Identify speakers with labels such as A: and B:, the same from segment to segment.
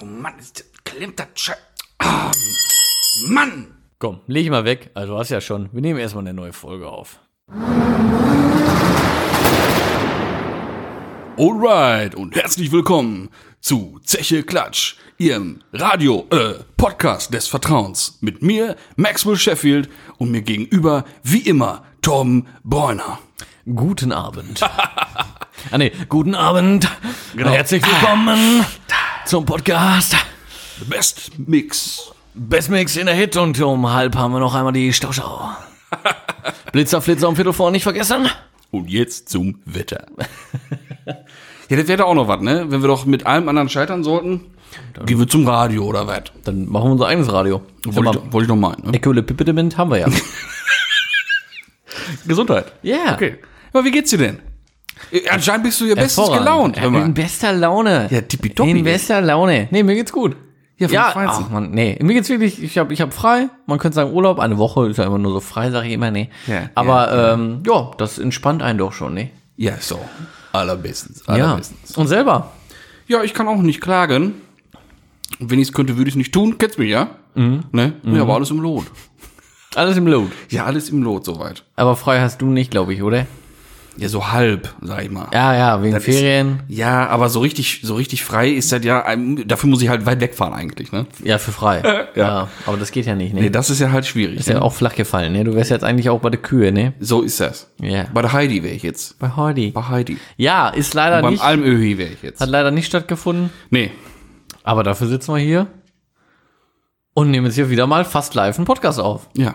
A: Oh Mann, ist, klemmt das Sche ah, Mann!
B: Komm, leg ich mal weg. Also du hast ja schon. Wir nehmen erstmal eine neue Folge auf.
A: Alright und herzlich willkommen zu Zeche Klatsch, Ihrem Radio, äh, Podcast des Vertrauens. Mit mir, Maxwell Sheffield und mir gegenüber, wie immer, Tom Bräuner.
B: Guten Abend. ah nee, guten Abend.
A: Genau.
B: Herzlich willkommen
A: Ah,
B: zum Podcast.
A: The Best Mix.
B: Best Mix in der Hit und um halb haben wir noch einmal die Stauschau. Blitzer, Flitzer um Viertel vor nicht vergessen.
A: Und jetzt zum Wetter. ja, das wäre doch auch noch was, ne? Wenn wir doch mit allem anderen scheitern sollten, gehen wir zum Radio oder was?
B: Dann machen wir unser eigenes Radio.
A: Wollte ich, doch- wollte ich noch meinen, ne?
B: Äquilepipediment haben wir ja.
A: Gesundheit.
B: Ja.
A: Okay. Aber wie geht's dir denn? Äh, Anscheinend bist du ja bestens
B: Hervorragend.
A: gelaunt, hör
B: Ja, in
A: mal.
B: bester Laune.
A: Ja, tippitoppi.
B: In bester Laune. Nee, mir geht's gut.
A: Ja, vom Feinsten.
B: ach man, nee, mir geht's wirklich, ich habe ich hab frei, man könnte sagen Urlaub, eine Woche ist ja immer nur so frei, sage ich immer, nee.
A: Ja,
B: Aber ja, ähm, ja, das entspannt einen doch schon, nee.
A: Ja, so. Allerbestens.
B: Ja. Und selber?
A: Ja, ich kann auch nicht klagen. Und wenn ich es könnte, würde ich es nicht tun. Kennst mich, ja? Ne? Ja, aber alles im Lot.
B: Alles im Load.
A: Ja, alles im Lot soweit.
B: Aber frei hast du nicht, glaube ich, oder?
A: Ja, so halb, sag ich mal.
B: Ja, ja, wegen
A: ist-
B: Ferien.
A: Ja, aber so richtig, so richtig frei ist das ja, ähm, dafür muss ich halt weit wegfahren eigentlich, ne?
B: Ja, für frei. ja. Aber das geht ja nicht, ne?
A: Nee, das ist ja halt schwierig.
B: Ist ja auch flach gefallen, ne? Du wärst jetzt eigentlich auch bei der Kühe, ne?
A: So ist das.
B: Ja.
A: Bei der Heidi wäre ich jetzt.
B: Bei Hardy.
A: Bei Heidi.
B: Ja, ist leider
A: Beim
B: nicht.
A: Almöhi wäre ich jetzt.
B: Hat leider nicht stattgefunden.
A: Nee.
B: Aber dafür sitzen wir hier und nehmen jetzt hier wieder mal fast live einen Podcast auf.
A: Ja.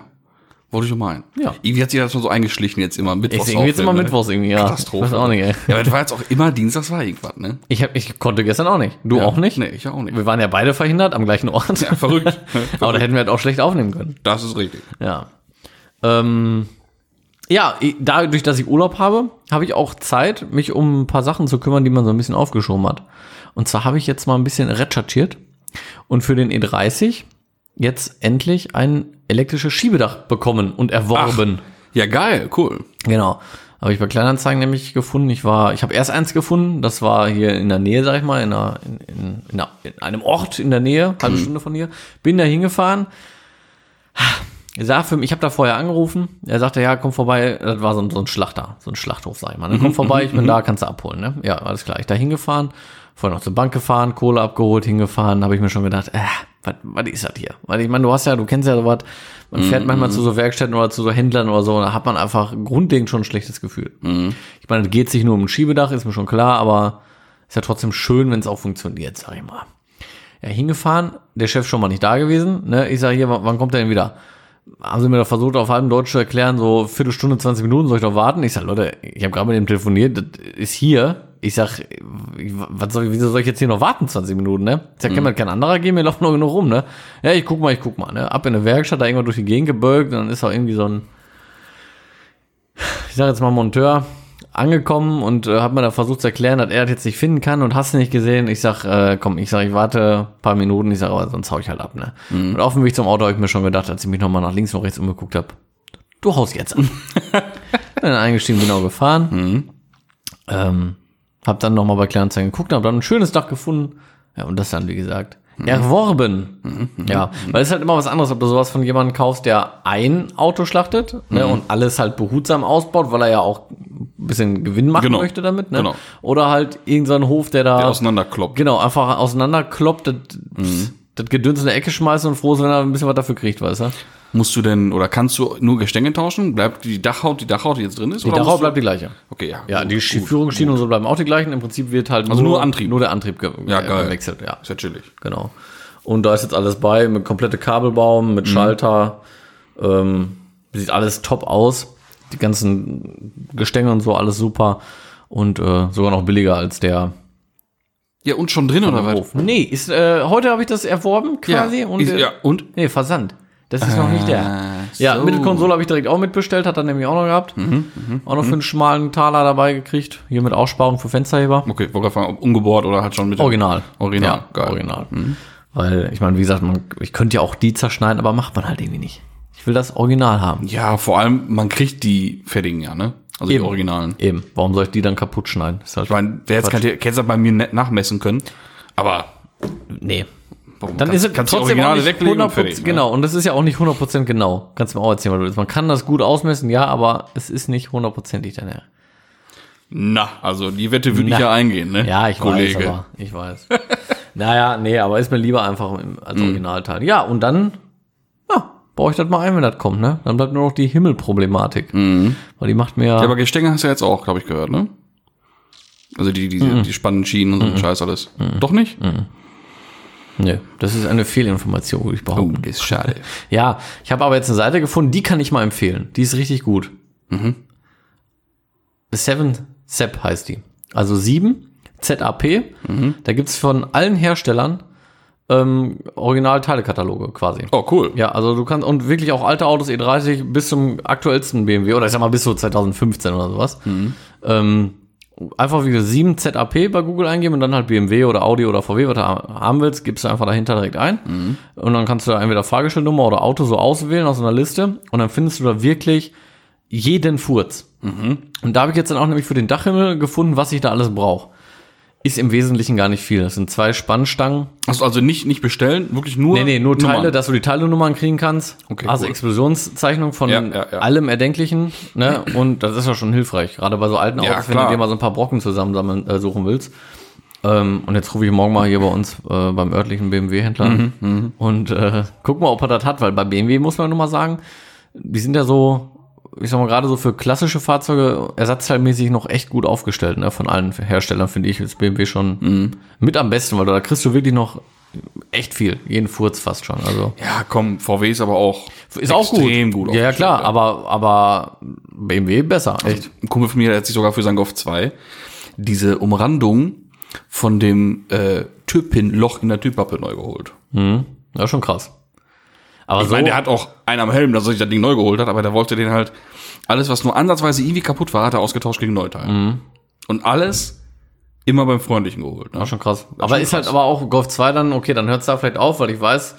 A: Wollte ich noch meinen.
B: Ja.
A: Irgendwie hat sich das schon so eingeschlichen jetzt immer
B: Ich
A: mittwochs.
B: irgendwie jetzt immer
A: aufnehmen, ne?
B: mittwochs irgendwie, ja.
A: Katastrophe.
B: Ich weiß auch nicht, ey.
A: Ja, aber das war jetzt auch immer Dienstags war irgendwas, ne?
B: Ich, hab, ich konnte gestern auch nicht. Du auch nicht?
A: Nee, ich auch nicht.
B: Wir waren ja beide verhindert am gleichen Ort.
A: Ja, verrückt.
B: Aber da hätten wir halt auch schlecht aufnehmen können.
A: Das ist richtig.
B: Ja. Ähm, ja, ich- dadurch, dass ich Urlaub habe, habe ich auch Zeit, mich um ein paar Sachen zu kümmern, die man so ein bisschen aufgeschoben hat. Und zwar habe ich jetzt mal ein bisschen recherchiert und für den E30 jetzt endlich ein elektrisches Schiebedach bekommen und erworben.
A: Ja, geil, cool.
B: Genau. Habe ich bei Kleinanzeigen nämlich gefunden. Ich war, ich habe erst eins gefunden. Das war hier in der Nähe, sag ich mal, in, einer, in, in, in, einer, in einem Ort in der Nähe, halbe Stunde von hier. Bin da hingefahren. Er sah für mich, ich habe da vorher angerufen. Er sagte, ja, komm vorbei. Das war so ein, so ein Schlachter, so ein Schlachthof, sag ich mal. ne? Komm vorbei, ich bin da, kannst du abholen. Ne? Ja, alles klar. Ich da hingefahren, vorher noch zur Bank gefahren, Kohle abgeholt, hingefahren. Habe ich mir schon gedacht, äh, was- was ist das hier? Weil ich meine, du hast ja, du kennst ja sowas. Man fährt manchmal zu so Werkstätten oder zu so Händlern oder so. Und da hat man einfach grundlegend schon ein schlechtes Gefühl. Ich meine, es geht sich nur um ein Schiebedach, ist mir schon klar. Aber ist ja trotzdem schön, wenn es auch funktioniert, sag ich mal. Ja, hingefahren, der Chef schon mal nicht da gewesen. Ne? Ich sage hier, wann wann kommt er denn wieder? Haben sie mir doch versucht, auf halbem Deutsch zu erklären, so Viertelstunde, 20 Minuten soll ich doch warten. Ich sage, Leute, ich habe gerade mit dem telefoniert, das ist hier. Ich sag, ich- was soll, ich- wieso soll ich jetzt hier noch warten, 20 Minuten, ne? Ich sag, kann mir kein anderer geben, mir läuft noch genug rum, ne? Ja, ich guck mal, ich guck mal, ne? Ab in eine Werkstatt, da irgendwann durch die Gegend gebölkt und dann ist auch irgendwie so ein, ich sag jetzt mal Monteur, angekommen und äh, hat mir da versucht zu erklären, dass er das jetzt nicht finden kann und hast nicht gesehen. Ich sag, äh, komm, ich sag, ich warte ein paar Minuten, ich sag, aber sonst hau ich halt ab, ne? Und auf dem Weg zum Auto habe ich mir schon gedacht, als ich mich nochmal nach links und rechts umgeguckt habe, du haust jetzt an. bin dann eingestiegen, bin auch gefahren.
A: Mhm.
B: Ähm, hab dann nochmal bei Kleinanzeigen geguckt, hab dann ein schönes Dach gefunden. Ja, und das dann, wie gesagt,
A: Mhm.
B: erworben. Ja, weil es ist halt immer was anderes, ob du sowas von jemandem kaufst, der ein Auto schlachtet
A: Mhm.
B: ne, und alles halt behutsam ausbaut, weil er ja auch ein bisschen Gewinn machen
A: Genau.
B: möchte damit. Ne?
A: Genau.
B: Oder halt irgendeinen Hof, der da
A: Auseinanderkloppt.
B: genau einfach auseinanderkloppt, das,
A: Mhm.
B: das Gedöns in der Ecke schmeißt und froh ist, wenn er ein bisschen was dafür kriegt, weißt du?
A: Musst du denn, oder kannst du nur Gestänge tauschen? Bleibt die Dachhaut, die Dachhaut, die jetzt drin ist?
B: Die Dachau bleibt die gleiche.
A: Okay, ja.
B: Ja,
A: Gut,
B: die
A: gut,
B: Ski- Führungsschienen und so bleiben auch die gleichen. Im Prinzip wird halt
A: Also nur Antrieb.
B: Nur der Antrieb ge
A: Ja,
B: äh,
A: geil.
B: gewechselt, ja.
A: Ist ja chillig.
B: Genau. Und da ist jetzt alles bei, mit komplette Kabelbaum,
A: Mhm.
B: mit Schalter. Ähm, sieht alles top aus. Die ganzen Gestänge und so, alles super. Und äh, sogar noch billiger als der
A: Ja, und schon drin, oder was?
B: Hof. Nee, ist, äh, heute habe ich das erworben quasi.
A: Ja,
B: und,
A: ist,
B: äh,
A: ja, Ah. und?
B: Nee, Versand. Das ist noch nicht der. Ja,
A: so. Mhm,
B: Mittelkonsole habe ich direkt auch mitbestellt, hat er nämlich auch noch gehabt. auch noch für einen schmalen Taler dabei gekriegt. Hier mit Aussparung für Fensterheber.
A: Okay, wollte gerade fragen, ob umgebohrt oder halt schon mit. dem-
B: Original.
A: Original,
B: ja,
A: geil. Mhm.
B: Original. Weil, ich meine, wie gesagt, man, ich könnte ja auch die zerschneiden, aber macht man halt irgendwie nicht. Ich will das Original haben.
A: Ja, vor allem, man kriegt die fertigen ja, ne? Also
B: Eben.
A: die Originalen.
B: Eben. Warum soll ich die dann kaputt schneiden? Ist halt,
A: Ich meine, wer jetzt kann, hätte es bei mir nicht nachmessen können, aber
B: nee.
A: Warum?
B: Dann
A: Kannst-
B: ist es
A: kannst die
B: trotzdem auch
A: Originale
B: nicht
A: weglegen und
B: 100%,
A: fertig, ne?
B: genau. Und das ist ja auch nicht 100% genau. Kannst du mir auch erzählen, weil du willst. Man kann das gut ausmessen, ja, aber es ist nicht hundertprozentig dann, ja.
A: Na, also die Wette würde
B: genau. Na.
A: ich ja eingehen, ne?
B: Ja, ich
A: Kollege.
B: weiß, aber ich weiß. naja, nee, aber ist mir lieber einfach im, als
A: Mhm.
B: Originalteil. Ja, und dann ja, baue ich das mal ein, wenn das kommt, ne? Dann bleibt nur noch die Himmelproblematik.
A: Mhm.
B: Weil die macht mir
A: Ja, aber Gestänge hast du ja jetzt auch, glaube ich, gehört, ne? Also die, die,
B: Mhm.
A: die spannenden Schienen und so ein Scheiß alles. Doch nicht?
B: nee, das ist eine Fehlinformation, würde ich
A: Oh,
B: behaupten.
A: ist schade.
B: Ja, ich habe aber jetzt eine Seite gefunden, die kann ich mal empfehlen. Die ist richtig gut.
A: Mhm.
B: Seven Zap heißt die. Also 7 ZAP.
A: Mhm.
B: Da gibt's von allen Herstellern ähm, Originalteilekataloge quasi.
A: Oh, cool.
B: Ja, also du kannst und wirklich auch alte Autos E30 bis zum aktuellsten BMW oder ich sag mal bis so 2015 oder sowas. Ähm, einfach wieder 7 ZAP bei Google eingeben und dann halt BMW oder Audi oder VW, was du ha- haben willst, gibst du einfach dahinter direkt ein. Und dann kannst du da entweder Fahrgestellnummer oder Auto so auswählen aus einer Liste und dann findest du da wirklich jeden Furz. Und da habe ich jetzt dann auch nämlich für den Dachhimmel gefunden, was ich da alles brauche. Ist im Wesentlichen gar nicht viel. Das sind zwei Spannstangen,
A: Hast du also nicht, nicht bestellen, wirklich nur.
B: Nee, nee, nur Teile,
A: Nummern.
B: dass du die Teilenummern kriegen kannst.
A: Okay,
B: Hast
A: cool.
B: Explosionszeichnung von
A: Ja, ja, ja.
B: allem Erdenklichen, ne? Und das ist ja schon hilfreich. Gerade bei so alten
A: Ja,
B: Autos, wenn du
A: klar.
B: dir mal so ein paar Brocken zusammensammeln, äh, suchen willst. Ähm, und jetzt rufe ich morgen mal hier bei uns äh, beim örtlichen BMW-Händler an
A: Mhm,
B: und äh, guck mal, ob er das hat, weil bei BMW muss man nur mal sagen, die sind ja so, ich sag mal, gerade so für klassische Fahrzeuge ersatzteilmäßig noch echt gut aufgestellt, ne? Von allen Herstellern finde ich jetzt BMW schon
A: Mhm.
B: mit am besten, weil da kriegst du wirklich noch echt viel, jeden Furz fast schon. Also
A: Ja, komm, VW ist aber auch.
B: ist auch gut.
A: Extrem gut
B: Ja, ja klar,
A: aufgestellt,
B: aber aber BMW besser. Echt.
A: Ein Kumpel von mir der hat sich sogar für seinen Golf 2 diese Umrandung von dem äh, Türpin-Loch in der Türpappe neu geholt.
B: Ja, schon krass. Aber
A: Ich
B: so
A: meine, der hat auch einen am Helm, dass er sich das Ding neu geholt hat, aber der wollte den halt, alles, was nur ansatzweise irgendwie kaputt war, hat er ausgetauscht gegen Neuteil.
B: Mhm.
A: Und alles immer beim Freundlichen geholt. Ne?
B: Ja, schon krass. aber ist halt aber auch Golf 2 dann, okay, dann hört es da vielleicht auf, weil ich weiß,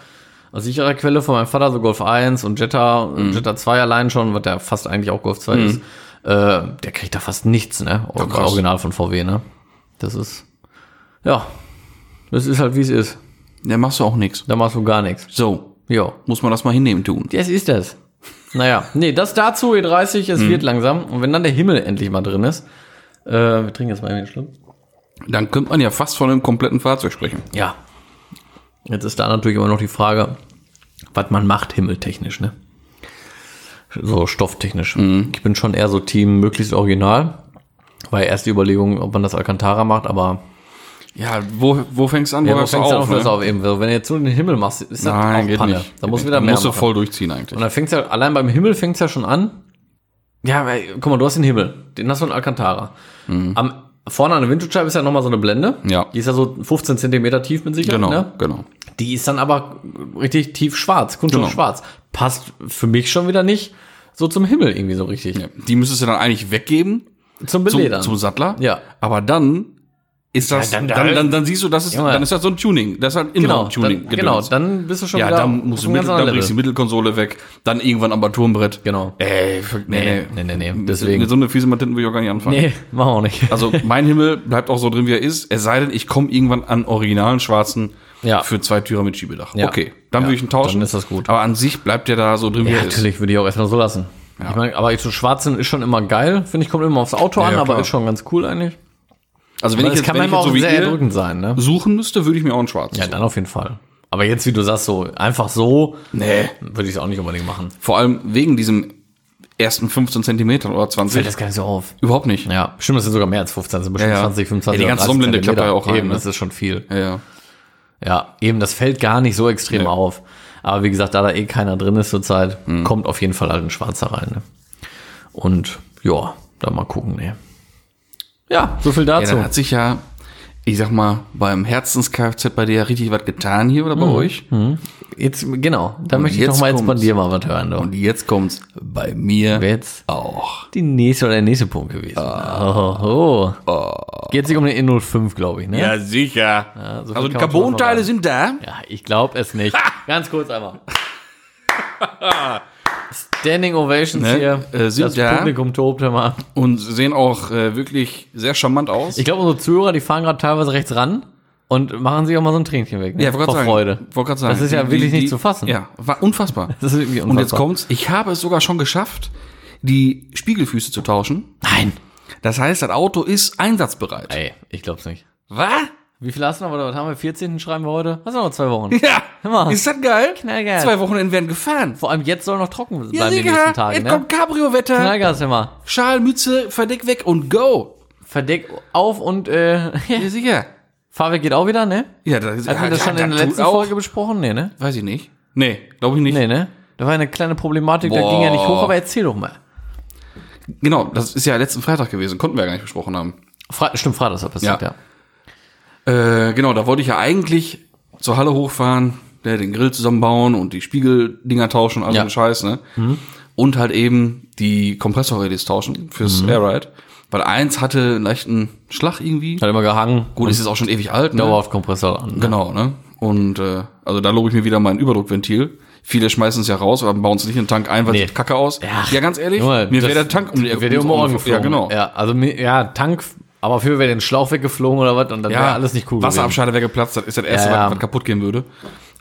B: aus sicherer Quelle von meinem Vater, so Golf 1 und Jetta, Jetta 2 allein schon, was der fast eigentlich auch Golf 2 ist, äh, der kriegt da fast nichts, ne? Oder
A: krass.
B: Original von VW, ne? Das ist, ja, das ist halt wie es ist.
A: Der machst du auch nichts.
B: Da machst du gar nichts.
A: So,
B: Jo.
A: muss man das mal hinnehmen tun.
B: Das ist das. Naja, nee, das dazu, E30, es wird langsam. Und wenn dann der Himmel endlich mal drin ist, äh, wir trinken jetzt mal einen Schluck.
A: Dann könnte man ja fast von einem kompletten Fahrzeug sprechen.
B: Ja. Jetzt ist da natürlich immer noch die Frage, was man macht himmeltechnisch, ne? So stofftechnisch.
A: Mhm.
B: Ich bin schon eher so Team möglichst original. War ja erst die Überlegung, ob man das Alcantara macht, aber
A: Ja, wo, wo fängst du an,
B: ja,
A: wo
B: du
A: hörst du
B: fängst dann
A: auf?
B: auf, das
A: Ne?
B: auf eben. So, Wenn du jetzt nur den Himmel machst, ist das
A: Nein, geht
B: Panne.
A: nicht.
B: Da musst du wieder mehr
A: Musst du
B: machen.
A: voll durchziehen eigentlich.
B: Und dann fängt's ja, allein beim Himmel fängt's ja schon an. Ja, weil, guck mal, du hast den Himmel. Den hast du in Alcantara. Am, vorne an der Windschutzscheibe ist ja nochmal so eine Blende.
A: Mhm. Ja.
B: Die ist ja so 15 Zentimeter tief mit Sicherheit.
A: Genau,
B: Ne?
A: genau.
B: Die ist dann aber richtig tief schwarz, kunststoff
A: Genau.
B: schwarz. Passt für mich schon wieder nicht so zum Himmel irgendwie so richtig.
A: Ja. Die müsstest du dann eigentlich weggeben
B: Zum
A: zum,
B: Beledern.
A: zum Sattler.
B: Ja.
A: Aber dann ist das,
B: Ja, dann- halt.
A: dann, dann, dann, siehst du, das ist,
B: Junge.
A: dann ist das so ein Tuning. Das ist halt
B: genau,
A: Innenraum-Tuning.
B: dann, genau, dann bist du schon
A: Ja,
B: wieder
A: dann musst du
B: auf einem ganz
A: Mittel, dann
B: anderen
A: brichst du die
B: Level.
A: Mittelkonsole weg, dann irgendwann am Armaturenbrett.
B: Genau.
A: Ey, f- nee,
B: nee,
A: nee,
B: nee, nee,
A: nee,
B: deswegen.
A: äh, So eine fiese Matenten will ich auch gar nicht anfangen.
B: Nee, machen wir auch nicht.
A: Also mein Himmel bleibt auch so drin, wie er ist. Es sei denn, ich komme irgendwann an originalen schwarzen
B: Ja.
A: für zwei Türer mit Schiebedach.
B: Ja.
A: Okay, dann
B: Ja,
A: würde ich ihn tauschen.
B: dann ist das gut.
A: Aber an sich bleibt der da so drin, wie
B: Ja,
A: er ist.
B: natürlich würde ich auch erstmal so lassen. Ich meine, aber so schwarzen ist schon immer geil. Finde ich, kommt immer aufs Auto an,
A: ja,
B: aber
A: klar.
B: ist schon ganz cool eigentlich.
A: Also wenn
B: Das
A: ich jetzt,
B: kann
A: wenn ich
B: manchmal
A: jetzt
B: auch
A: so wie
B: sehr
A: ihr
B: erdrückend sein, ne?
A: suchen müsste, würde ich mir auch einen schwarzen
B: Ja,
A: suchen.
B: dann auf jeden Fall. Aber jetzt, wie du sagst, so einfach so
A: Nee.
B: würde ich es auch nicht unbedingt machen.
A: Vor allem wegen diesem ersten 15 Zentimetern oder 20.
B: Fällt das gar nicht so auf.
A: Überhaupt nicht.
B: Ja, bestimmt, das sind sogar mehr als 15, das sind bestimmt
A: Ja, ja.
B: 20, 25.
A: Ja, die ganze
B: oder 30
A: Sonnenblende klappt da ja
B: Zentimeter.
A: auch rein,
B: Eben,
A: ne?
B: das ist schon viel.
A: Ja, ja.
B: Ja, eben, das fällt gar nicht so extrem
A: Ja. Mhm.
B: auf. Aber wie gesagt, da da eh keiner drin ist zurzeit, kommt auf jeden Fall halt ein Schwarzer rein. Ne? Und ja, dann mal gucken, ne. Ja, so viel
A: Ja,
B: dazu.
A: dann Also hat sich ja, ich sag mal, beim Herzens-Kfz bei dir ja richtig was getan hier
B: Hm.
A: oder bei euch.
B: jetzt, genau, da möchte ich
A: jetzt
B: doch mal jetzt von
A: kommt's.
B: dir mal was hören. Du.
A: Und jetzt kommt's bei mir
B: Wäre jetzt
A: auch.
B: die nächste oder der nächste Punkt gewesen.
A: Ah.
B: Oh, oh. Geht sich um den E05, glaube ich, ne?
A: sicher. also die
B: so viel kann man schon
A: Carbon-Teile sind da.
B: Ja, ich glaube es nicht. Ganz kurz einmal. Standing Ovations
A: Ne?
B: hier.
A: Äh, sind
B: das
A: da.
B: Publikum tobt immer.
A: Und sehen auch äh, wirklich sehr charmant aus.
B: Ich glaube, unsere Zuhörer, die fahren gerade teilweise rechts ran und machen sich auch mal so ein Tränchen weg. Ne?
A: Ja, wollte
B: Vor
A: gerade sagen.
B: Freude.
A: Wollte gerade sagen.
B: Das ist ja
A: Die-
B: wirklich
A: die-
B: nicht
A: die-
B: zu fassen.
A: Ja, war unfassbar.
B: Das ist irgendwie
A: Und jetzt
B: unfassbar.
A: kommt's. Ich habe es sogar schon geschafft, die Spiegelfüße zu tauschen.
B: Nein.
A: Das heißt, das Auto ist einsatzbereit.
B: Ey, ich glaub's nicht.
A: Was?
B: Wie viel hast du noch? Oder was haben wir? 14. schreiben wir heute? Hast du noch zwei Wochen?
A: Ja.
B: Hammer.
A: Ist das geil?
B: Knallgeil.
A: Zwei Wochenenden werden gefahren.
B: Vor allem jetzt soll noch trocken bleiben die
A: Digga,
B: nächsten Tage,
A: Jetzt
B: ne?
A: kommt Cabrio-Wetter.
B: Knallgas immer.
A: Schal, Mütze, Verdeck weg und go.
B: Verdeck auf und äh,
A: Ja, sicher.
B: Fahrwerk geht auch wieder, ne?
A: Ja, das,
B: Hatten wir das
A: ja,
B: schon in der
A: tut
B: letzten
A: auch.
B: Folge besprochen? Nee, ne?
A: Weiß ich nicht. Nee, glaube ich nicht.
B: Nee, ne? Da war eine kleine Problematik, da
A: Boah.
B: ging ja nicht hoch, aber erzähl doch mal.
A: Genau, das ist ja letzten Freitag gewesen. Konnten wir ja gar nicht besprochen haben.
B: Fre Stimmt, Freitag ist das passiert,
A: Ja.
B: ja.
A: Äh, genau, da wollte ich ja eigentlich zur Halle hochfahren, ja, den Grill zusammenbauen und die Spiegeldinger tauschen, all so
B: Ja. Mhm.
A: einen Scheiß, ne? Und halt eben die Kompressorrelais tauschen fürs
B: Mhm.
A: Airride. Weil eins hatte einen leichten Schlag irgendwie.
B: Hat immer gehangen.
A: Gut, es ist auch schon ewig alt, ne?
B: Dauerhaft Kompressor an. ne?
A: Genau, ne? Und äh, also da lobe ich mir wieder mein Überdruckventil. Viele schmeißen es ja raus, aber bauen es nicht in den Tank ein, weil
B: Nee.
A: sieht kacke aus.
B: Ja.
A: ja, ganz ehrlich,
B: Junge,
A: mir
B: das-
A: wäre der Tank um die
B: Wäre dir um die Ohren
A: Ja,
B: geflogen.
A: genau.
B: Ja, also, mir- ja, Tank, aber für wäre den Schlauch weggeflogen oder was und dann wäre alles nicht cool gewesen.
A: Wasserabscheider wäre geplatzt, das ist das Erste,
B: Ja, ja.
A: Was, was kaputt gehen würde.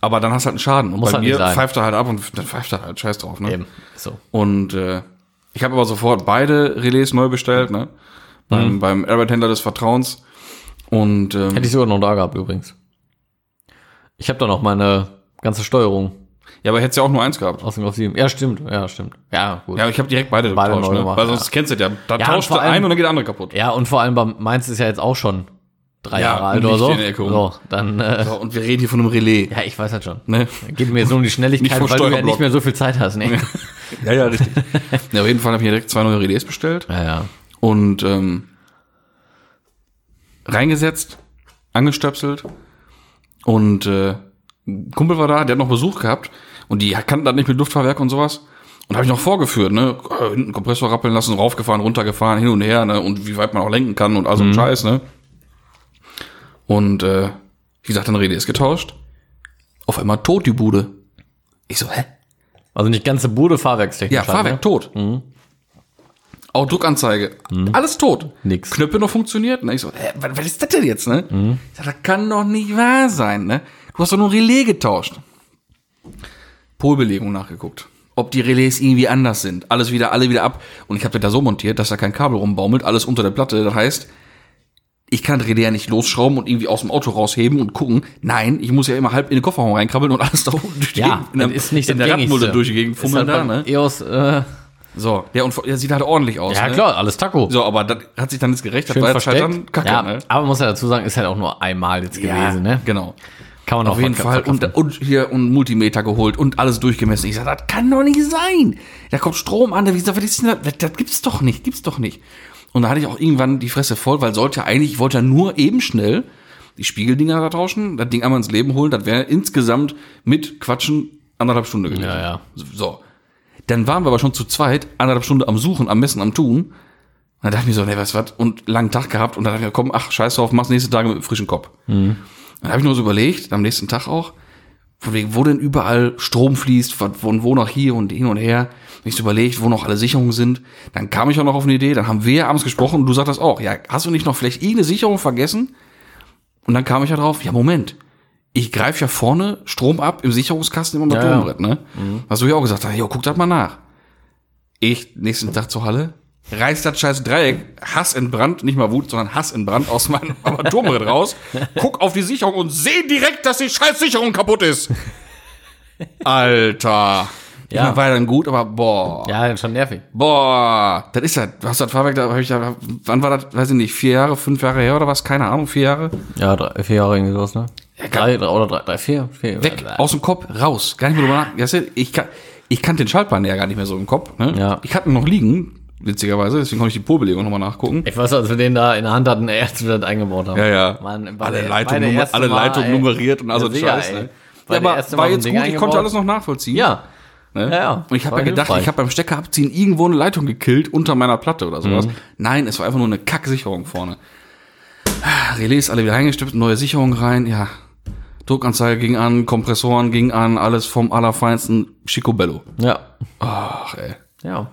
A: Aber dann hast du halt einen Schaden. Und
B: Muss
A: bei
B: halt
A: mir
B: nicht sein.
A: pfeift er halt ab und dann pfeift er halt scheiß drauf. Ne?
B: Eben, so.
A: Und äh, ich habe aber sofort beide Relais neu bestellt, ne?
B: Mhm.
A: Beim, beim Airbag-Händler des Vertrauens. Und ähm,
B: Hätte ich sogar noch da gehabt übrigens. Ich habe da noch meine ganze Steuerung
A: ja, aber hättest ja auch nur eins gehabt.
B: aus dem Golf 7. Ja, stimmt, ja, stimmt. Ja, gut.
A: Ja, ich habe direkt beide,
B: Beide
A: getauscht,
B: neu
A: ne?
B: gemacht,
A: Weil sonst kennst du das ja. Da
B: Ja,
A: tauscht
B: und vor
A: der eine
B: allem-
A: und dann geht der andere kaputt.
B: Ja, und vor allem beim Mainz ist ja jetzt auch schon drei
A: Ja,
B: Jahre alt
A: nicht
B: oder so.
A: in der Ecke rum.
B: so dann, äh,
A: So, und wir reden hier von einem Relais.
B: ja, ich weiß das schon.
A: Ne?
B: Geht mir jetzt nur um die
A: Nicht
B: Schnelligkeit,
A: vom
B: weil du ja
A: Steuerblock.
B: nicht mehr so viel Zeit hast. ne? Nee.
A: Ja, ja, richtig. ja, auf jeden Fall habe ich mir direkt zwei neue Relais bestellt.
B: Ja, ja.
A: und ähm, reingesetzt, angestöpselt und äh, ein Kumpel war da, der hat noch Besuch gehabt und die kannten das nicht mit Luftfahrwerk und sowas und habe ich noch vorgeführt, ne, hinten Kompressor rappeln lassen, raufgefahren, runtergefahren, hin und her, ne, und wie weit man auch lenken kann und all so ein Scheiß, ne. Und äh, wie gesagt, dann Rede ist getauscht. Auf einmal tot die Bude. Ich so, hä?
B: Also nicht ganze Bude, Fahrwerkstechnik. ne?
A: Ja, Fahrwerk tot.
B: Mhm.
A: Auch Druckanzeige. Alles tot.
B: Nix. Mhm.
A: Knöpfe noch funktioniert. Und ich so, hä, was, was ist das denn jetzt, ne? Ich sag, das kann doch nicht wahr sein, ne? Du hast doch nur ein Relais getauscht. Polbelegung nachgeguckt. Ob die Relais irgendwie anders sind. Alles wieder, alle wieder ab. Und ich habe das da so montiert, dass da kein Kabel rumbaumelt, alles unter der Platte. Das heißt, ich kann das Relais ja nicht losschrauben und irgendwie aus dem Auto rausheben und gucken. Nein, ich muss ja immer halb in den Kofferraum reinkrabbeln und alles da unten durch die
B: Ja,
A: Gegend- in der-
B: das ist nicht
A: in
B: das
A: der Radmulle
B: Gängigste.
A: durch die Gegend fummeln
B: Ist
A: da,
B: halt
A: ne?
B: beim EOS, äh,
A: So, ja, und vor- ja, sieht halt ordentlich aus.
B: ja
A: ne?
B: klar, alles Taco.
A: So, aber das hat sich dann jetzt gerecht, das
B: Schön
A: jetzt
B: versteckt.
A: dann kacke,
B: ja,
A: ne?
B: aber man muss ja dazu sagen, ist halt auch nur einmal jetzt gewesen, ne?
A: Genau.
B: Kann man auch
A: Auf jeden Fall. Und, und hier und Multimeter geholt und alles durchgemessen. Ich sag, das kann doch nicht sein. Da kommt Strom an. Wie gesagt, was ist denn das? das? Das gibt's doch nicht. Gibt's doch nicht. Und da hatte ich auch irgendwann die Fresse voll, weil sollte eigentlich, ich wollte ja nur eben schnell die Spiegeldinger da tauschen, das Ding einmal ins Leben holen. Das wäre insgesamt mit Quatschen anderthalb Stunden gewesen.
B: Ja, ja.
A: So. Dann waren wir aber schon zu zweit, anderthalb Stunden am Suchen, am Messen, am Tun. Und dann dachte ich mir so, nee, was, was? Und langen Tag gehabt. Und dann dachte ich mir, komm, ach, scheiß drauf, mach's nächste Tage mit einem frischen Kopf. Dann habe ich nur so überlegt, am nächsten Tag auch, von wegen, wo denn überall Strom fließt, von von wo noch hier und hin und her. Hab Ich so überlegt, wo noch alle Sicherungen sind. Dann kam ich auch noch auf eine Idee, dann haben wir abends gesprochen und du sagtest auch, ja, hast du nicht noch vielleicht irgendeine Sicherung vergessen? Und dann kam ich ja drauf, ja, Moment. Ich greife ja vorne Strom ab im Sicherungskasten im
B: ja. Mhm.
A: Motorenbrett, ne? Was du ja auch gesagt hast, ja, guck das mal nach. Ich, nächsten Tag zur Halle, reiß das scheiß Dreieck, Hass in Brand, nicht mal Wut, sondern Hass in Brand aus meinem Armaturenbrett raus, guck auf die Sicherung und seh direkt, dass die scheiß Sicherung kaputt ist. Alter. Ja.
B: Ja.
A: war dann gut, aber boah.
B: Ja, schon nervig.
A: Boah, das ist das. Du hast das Fahrwerk, da hab ich da, wann war das, weiß ich nicht, vier Jahre, fünf Jahre her oder was? Keine Ahnung, vier Jahre.
B: Ja, drei, vier Jahre irgendwie sowas, ne? drei, drei, oder drei, drei, vier, vier.
A: Weg, aus dem Kopf, raus. Gar nicht mehr drüber nach. Weißt du, Ich kann, ich kannte den Schaltplan ja gar nicht mehr so im Kopf. Ne?
B: Ja.
A: Ich hatte ihn noch liegen, witzigerweise, deswegen konnte ich die Polbelegung nochmal nachgucken.
B: Ich weiß, als wir den da in der Hand hatten, er erst wieder eingebaut haben.
A: Ja, ja.
B: Mann, bei
A: alle
B: der-
A: Leitungen,
B: bei der
A: nummer,
B: ersten
A: alle
B: Mal,
A: Leitungen
B: ey.
A: nummeriert und also
B: Ja, sicher,
A: Scheiß.
B: ey.
A: Ne?
B: Bei
A: Ja,
B: der
A: aber
B: ersten
A: war
B: Mal so ein
A: jetzt
B: Ding
A: gut, ich konnte
B: eingebaut.
A: alles noch nachvollziehen.
B: Ja.
A: Ne?
B: Ja, ja.
A: Und ich habe
B: War
A: ja gedacht,
B: hilfreich.
A: ich habe beim Stecker abziehen irgendwo eine Leitung gekillt unter meiner Platte oder sowas.
B: Mhm.
A: Nein, es war einfach nur eine Kacksicherung vorne. Ah, Relais alle wieder eingestüpft, neue Sicherung rein, ja. Druckanzeige ging an, Kompressoren ging an, alles vom allerfeinsten Chicobello.
B: Ja.
A: Ach, ey.
B: Ja.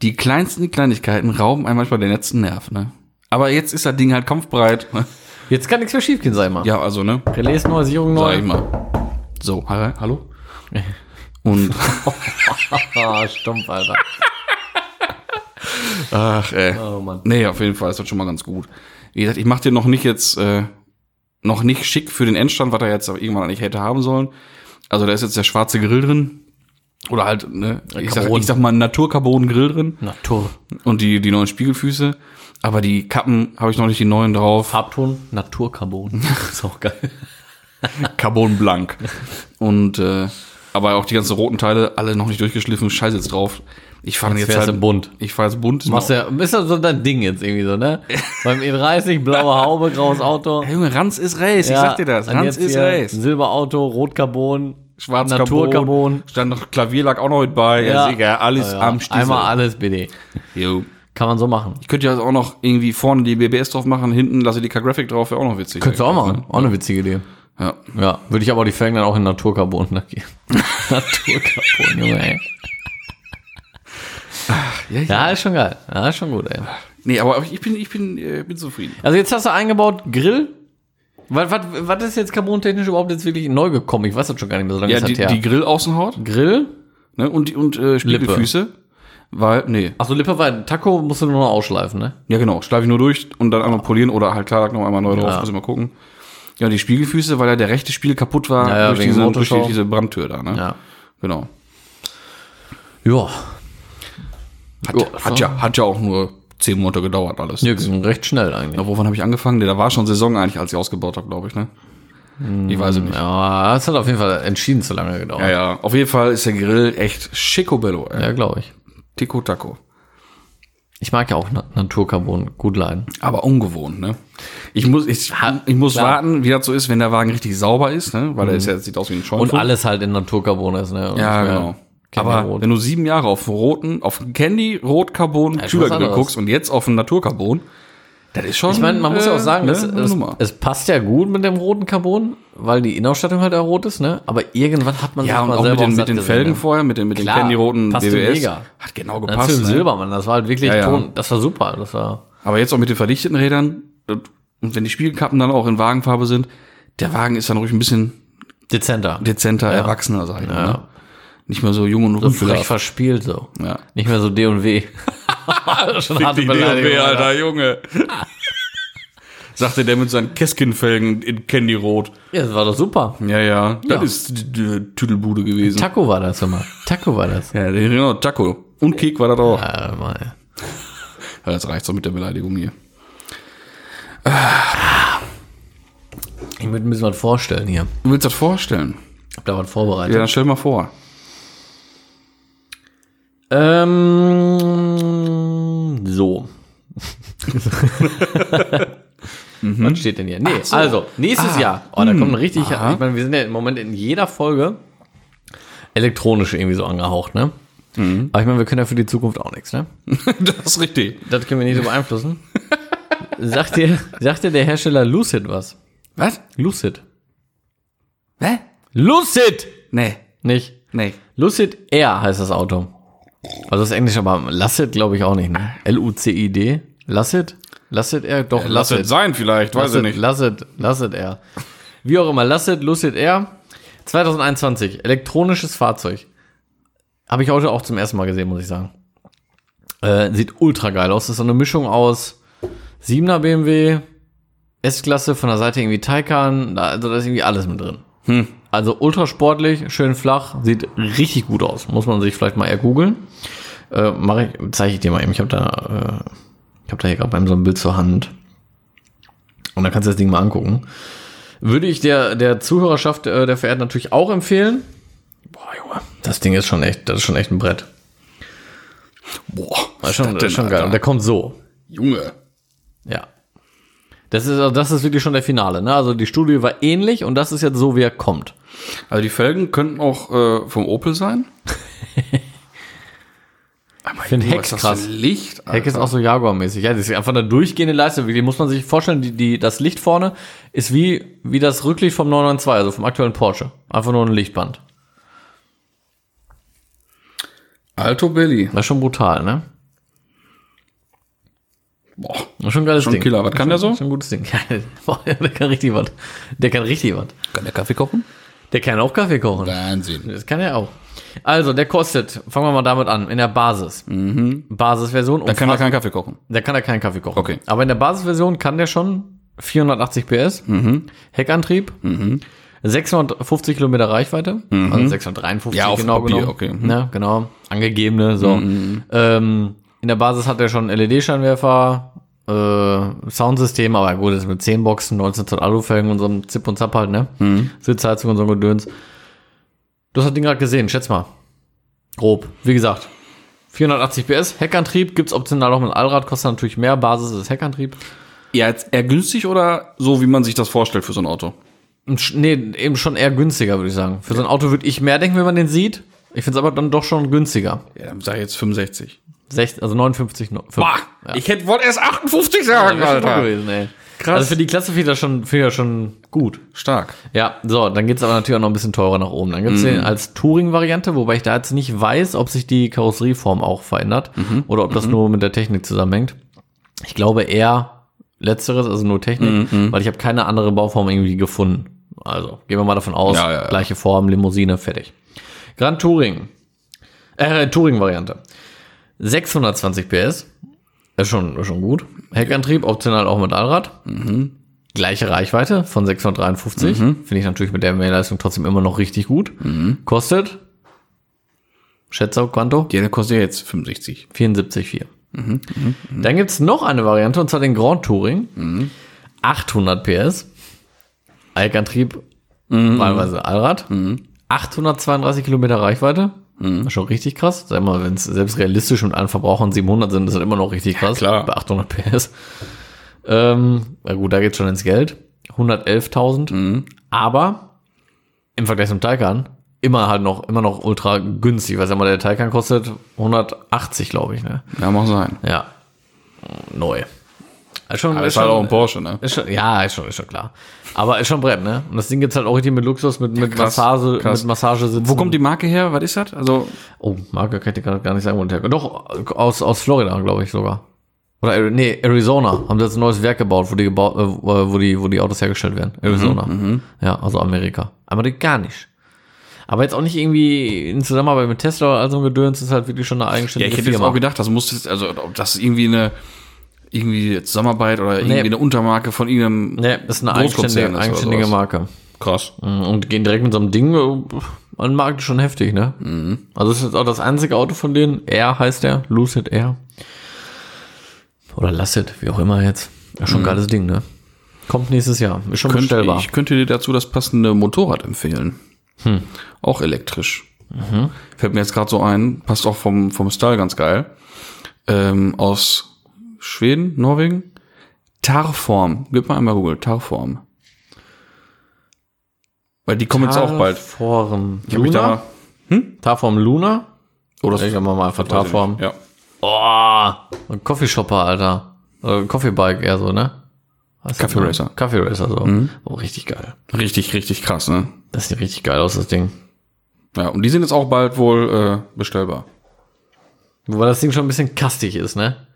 A: Die kleinsten Kleinigkeiten rauben einem manchmal den letzten Nerv, ne? Aber jetzt ist das Ding halt kampfbreit. ne?
B: Jetzt kann nichts mehr schiefgehen, sei mal.
A: Ja, also, ne?
B: Relais neu, Sicherung
A: Sag ich
B: neu.
A: mal. So, hi- hallo? Und,
B: Ah, stumpf, Alter.
A: ach, ey.
B: Oh Mann.
A: Nee, auf jeden Fall ist das schon mal ganz gut. Wie gesagt, ich mache dir noch nicht jetzt äh, noch nicht schick für den Endstand, was er jetzt irgendwann eigentlich hätte haben sollen. Also da ist jetzt der schwarze Grill drin. Oder halt, ne, ich sag,
B: Carbon. Hm.
A: ich sag mal, ein Naturcarbon-Grill drin
B: Natur.
A: und die, die neuen Spiegelfüße. Aber die Kappen habe ich noch nicht die neuen drauf.
B: Farbton, Naturcarbon. ist auch geil.
A: Carbon Blanc. Und äh, aber auch die ganzen roten Teile, alle noch nicht durchgeschliffen, scheiße jetzt drauf. Ich fahre jetzt,
B: wär's
A: halt
B: im Bunt.
A: Ich fahre jetzt bunt. ist mir
B: Machst ja, ist ja so dein Ding jetzt irgendwie so, ne? Beim E30, blaue Haube, graues Auto.
A: auch- Hey, Junge, Ranz ist Race, ich sag dir das.
B: und
A: Ranz
B: jetzt
A: ist
B: hier
A: Race.
B: Silberauto, Rotcarbon,
A: Schwarz
B: Naturcarbon.
A: Stand noch Klavierlack auch noch mit bei. Ja, Sieger, alles
B: Ja,
A: am Stiefel.
B: Einmal alles BD.
A: Jo.
B: Kann man so machen.
A: Ich könnte ja also auch noch irgendwie vorne die BBS drauf machen, hinten lasse ich die K-Graphic drauf, wäre auch noch witzig.
B: Könntest du auch machen. Auch eine witzige Idee.
A: Ja.
B: Ja, würde ich aber die Felgen dann auch in Naturcarbon lackieren. Naturcarbon, Junge, ey.
A: Ja, ja.
B: Ja, ist schon geil. Ja, ist schon gut, ey.
A: Nee, aber ich bin, ich bin, äh, bin zufrieden.
B: Also jetzt hast du eingebaut Grill. Was, was, was ist jetzt carbontechnisch überhaupt jetzt wirklich neu gekommen? Ich weiß das schon gar nicht mehr, so lange
A: Ja,
B: ist das
A: die,
B: her.
A: die Grillaußenhaut
B: Grill?
A: ne, und, die- und äh, Spiegelfüße. Weil, nee,
B: Achso, Lippe war Taco, musst du nur noch ausschleifen, ne?
A: ja genau, schleife ich nur durch und dann einmal polieren oder halt klar, noch einmal neu drauf,
B: Ah. Ja.
A: muss ich mal gucken. Ja, und die Spiegelfüße, weil ja der rechte Spiegel kaputt war
B: Ja, ja,
A: durch,
B: wegen
A: diese, durch
B: Motorschau.
A: die, diese Brandtür da, ne?
B: Ja.
A: Genau.
B: Ja.
A: Hat,
B: Ja,
A: hat, ja, hat ja auch nur zehn Monate gedauert alles.
B: Ja, ging recht schnell eigentlich.
A: Ja, wovon habe ich angefangen? Nee, Da war schon Saison eigentlich, als ich ausgebaut habe, glaube ich, ne? Ich weiß es nicht.
B: Ja, es hat auf jeden Fall entschieden zu lange gedauert.
A: Ja, ja. Auf jeden Fall ist der Grill echt schicobello, äh, ey.
B: Ja, glaube ich.
A: Tico Taco.
B: Ich mag ja auch Na Naturcarbon gut leiden.
A: Aber ungewohnt, ne? Ich muss, ich, ich muss warten, wie das so ist, wenn der Wagen richtig sauber ist, ne? Weil der ist ja, sieht aus wie ein
B: Mhm. Und
A: Scheunenfurt.
B: alles halt in Naturcarbon ist, ne? Und
A: Ja,
B: nicht mehr
A: genau.
B: Candy
A: Aber
B: Rot.
A: wenn du sieben Jahre auf roten, auf Candy, Rot, Carbon,
B: ist was
A: Kühlergrill
B: anderes.
A: guckst und jetzt auf einen Naturcarbon, das ist schon.
B: Ich meine, man muss ja auch sagen,
A: ne,
B: es,
A: eine
B: es,
A: Nummer.
B: es passt ja gut mit dem roten Carbon, weil die Innenausstattung halt auch rot ist, ne? Aber irgendwann hat man
A: ja, und auch mit den, mit den Felgen vorher, mit den, mit den
B: Klar,
A: Candy-roten
B: passte
A: BBS.
B: mega.
A: Hat genau
B: Gepasst,
A: gepasst.
B: Film
A: ne?
B: Silbermann, das war halt wirklich
A: Ja, ja.
B: Ton. Das war super, das war
A: Aber jetzt auch mit den verdichteten Rädern und und wenn die Spiegelkappen dann auch in Wagenfarbe sind, der Wagen ist dann ruhig ein bisschen
B: dezenter.
A: dezenter, erwachsener, sag ich mal. Ne? Nicht mehr so jung und
B: Frech
A: unflächig.
B: verspielt so.
A: Ja.
B: Nicht mehr so D und W. Schon harte Beleidigung. Alter.
A: Alter, Junge. Sagte der mit seinen Keskin-Felgen in Candy-Rot.
B: Ja, das war doch super.
A: Ja, ja, das
B: Ja.
A: ist die, die Tüdelbude gewesen.
B: Taco war das immer. Taco war das.
A: ja, der- genau, Taco. Und Kek war das auch. Ja.
B: Äh, mal.
A: Das reicht doch mit der Beleidigung hier.
B: Ich würde ein bisschen was vorstellen hier.
A: Du willst das vorstellen?
B: Ich hab da was
A: Ja,
B: vorbereitet.
A: dann stell mal vor.
B: Ähm, so. Was steht denn hier? Nee, also, nächstes Jahr. Oh, da kommt ein richtig. Ich meine, wir sind ja im Moment in jeder Folge elektronisch irgendwie so angehaucht, ne? Aber ich meine, wir können ja für die Zukunft auch nichts, ne?
A: das ist richtig.
B: Das können wir nicht so beeinflussen. sagt, dir, sagt dir der Hersteller Lucid was?
A: Was?
B: Lucid.
A: Hä?
B: Lucid!
A: Nee,
B: Nicht.
A: nee.
B: Lucid Air heißt das Auto. Also das ist Englisch, aber Lasset glaube ich auch nicht. Ne? L-U-C-I-D. Lasset? Lasset Air? Doch,
A: Lass
B: Lasset.
A: es sein vielleicht, weiß ich
B: Lasset,
A: nicht.
B: Lasset, Lasset Air. Wie auch immer, Lasset, Lucid Air. 2021, elektronisches Fahrzeug. Habe ich heute auch zum ersten Mal gesehen, muss ich sagen. Äh, sieht ultra geil aus. Das ist so eine Mischung aus 7er BMW, S-Klasse, von der Seite irgendwie Taycan. Da, also da ist irgendwie alles mit drin.
A: Hm.
B: Also ultra sportlich, schön flach, sieht richtig gut aus. Muss man sich vielleicht mal eher googeln. Äh, mach ich, zeige ich dir mal eben. Ich habe da, äh, ich habe da hier gerade mal eben so ein Bild zur Hand. Und dann kannst du das Ding mal angucken. Würde ich der, der Zuhörerschaft, äh, der verehrten natürlich auch empfehlen. Boah, Junge, das Ding ist schon echt, das ist schon echt ein Brett.
A: Boah,
B: Das ist schon,
A: das
B: das ist schon geil. Und der kommt so.
A: Junge.
B: Ja. Das ist, also das ist wirklich schon der Finale, ne? Also die Studie war ähnlich und das ist jetzt so, wie er kommt.
A: Also die Felgen könnten auch äh, vom Opel sein.
B: Ich finde Heck krass.
A: Licht,
B: Heck ist auch so Jaguar-mäßig. Ja, das ist einfach eine durchgehende Leiste. Die muss man sich vorstellen, die, die, das Licht vorne ist wie, wie das Rücklicht vom 992, also vom aktuellen Porsche. Einfach nur ein Lichtband.
A: Alto Belly.
B: Das ist schon brutal, ne?
A: Boah.
B: Das ist Schon ein geiles
A: Schon ein
B: Ding.
A: Killer. Was kann der so?
B: Schon ein gutes Ding. Ja, boah, der kann richtig was. Der kann richtig was.
A: Kann der Kaffee kochen?
B: Der kann auch Kaffee kochen.
A: Wahnsinn.
B: Das kann er auch. Also, der kostet, fangen wir mal damit an, in der Basis. Basisversion.
A: Dann Mhm. kann er keinen Kaffee kochen.
B: Da kann er keinen Kaffee kochen.
A: Okay.
B: Aber in der Basisversion kann der schon 480 PS,
A: Mhm.
B: Heckantrieb, 650 Kilometer Reichweite, also 653
A: Mhm. Ja, auf
B: genau
A: Papier,
B: genommen.
A: okay. Mhm.
B: Ja, genau, angegebene, so. Ähm, in der Basis hat er schon LED-Scheinwerfer, äh, Soundsystem, aber gut, das ist mit 10 Boxen, 19 Zoll Alufelgen und so einem Zip und Zap halt, ne?
A: Mhm.
B: Sitzheizung und so ein Gedöns. Du hast das Ding gerade gesehen, schätz mal. Grob, wie gesagt. 480 PS, Heckantrieb, gibt's optional auch mit Allrad, kostet natürlich mehr, Basis ist Heckantrieb.
A: Ja, jetzt eher günstig oder so, wie man sich das vorstellt für so ein Auto?
B: Und sch- Nee, eben schon eher günstiger, würde ich sagen. Für so ein Auto würde ich mehr denken, wenn man den sieht. Ich finde es aber dann doch schon günstiger.
A: Ja, dann sag ich jetzt 65.
B: Sech, also 59. No, fünf.
A: Bah,
B: Ja.
A: ich hätte wollte erst 58 sagen,
B: Wär schon gut
A: Alter.
B: gewesen, ey.
A: Krass.
B: Krass. Also für die Klasse finde ich das schon, finde ich das schon gut.
A: Stark.
B: Ja, so, dann geht's aber natürlich auch noch ein bisschen teurer nach oben. Dann gibt's
A: Mhm.
B: den als Touring-Variante, wobei ich da jetzt nicht weiß, ob sich die Karosserieform auch verändert
A: Mhm.
B: oder ob das nur mit der Technik zusammenhängt. Ich glaube eher letzteres, also nur Technik,
A: Mhm,
B: weil ich habe keine andere Bauform irgendwie gefunden. Also gehen wir mal davon aus,
A: Ja, ja, ja.
B: gleiche Form, Limousine, fertig. Grand Touring, äh, Touring-Variante. 620 PS, ist schon, ist schon gut. Heckantrieb, optional auch mit Allrad. Gleiche Reichweite von 653. Finde ich natürlich mit der Mehrleistung trotzdem immer noch richtig gut. Kostet, Schätzer, Quanto?
A: Ja, der kostet ja jetzt 65.
B: 74,4. Mhm. Dann gibt's noch eine Variante, und zwar den Grand Touring. 800 PS. Alkantrieb, wahlweise Allrad. 832 Kilometer Reichweite. Das ist Schon richtig krass. Sag mal, wenn es selbst realistisch mit allen Verbrauchern 700 sind, ist das immer noch richtig krass.
A: klar.
B: Bei 800 PS. Ähm, na gut, da geht's schon ins Geld. 111.000. Aber im Vergleich zum Taycan immer halt noch, immer noch ultra günstig. Weil sag mal, der Taycan kostet 180, glaube ich, ne?
A: Ja, mag sein.
B: Ja. Neu. Ist schon,
A: Aber
B: ist
A: ist halt auch ein
B: schon,
A: Porsche, ne?
B: ist schon, ja, ist schon, ist schon klar. Aber ist schon Brett, ne? Und das Ding gibt's halt auch richtig mit Luxus, mit, mit
A: krass,
B: Massage,
A: krass.
B: mit Massagesitzen.
A: Wo kommt die Marke her? Was ist das? Also,
B: Oh, Marke kann ich dir grad gar nicht sagen, wo der herkommt. Doch, aus, aus Florida, glaube ich sogar. Oder, Ari- nee, Arizona haben sie jetzt ein neues Werk gebaut, wo die, gebaut, äh, wo die, wo die Autos hergestellt werden.
A: Mhm,
B: Arizona. Ja, also Amerika. Amerikanisch. Aber jetzt auch nicht irgendwie in Zusammenarbeit mit Tesla oder all so ein Gedöns, ist halt wirklich schon eine
A: ja,
B: eigenständige
A: ich hätte jetzt auch gedacht, das muss jetzt, also, ob das irgendwie eine, irgendwie eine Zusammenarbeit oder irgendwie eine Untermarke von irgendeinem
B: nee, das ist eine
A: Großkonzern ist
B: eigenständige,
A: oder
B: eigenständige
A: sowas.
B: Marke.
A: Krass.
B: Mhm, Und gehen direkt mit so einem Ding äh, an den Markt, schon heftig, ne?
A: Mhm.
B: Also das ist jetzt auch das einzige Auto von denen. Air heißt der, Lucid Air. Oder Lasset, wie auch immer jetzt. Ja, schon ein geiles Ding, ne? Kommt nächstes Jahr. Ist schon
A: Mhm. Könnte,
B: bestellbar.
A: ich könnte dir dazu das passende Motorrad empfehlen. Hm. Auch elektrisch. Fällt mir jetzt gerade so ein, passt auch vom, vom Style ganz geil. Ähm, aus Schweden, Norwegen. Tarform. Gib mal einmal Google, Tarform. Weil die kommen jetzt auch bald.
B: Tarform
A: Ich hab mich
B: Luna.
A: da-
B: Tarform Luna.
A: Oder
B: Ich sag mal mal einfach Tarform.
A: Ja.
B: Oh, ein Coffeeshopper, Alter. Oder ein Coffeebike eher so, ne? Was ist das?
A: Coffee Racer. Mhm.
B: Coffee Racer, so. Oh, richtig geil.
A: Richtig, richtig krass, ne?
B: Das sieht richtig geil aus, das Ding.
A: Ja, und die sind jetzt auch bald wohl äh, bestellbar.
B: Wobei das Ding schon ein bisschen kastig ist, ne?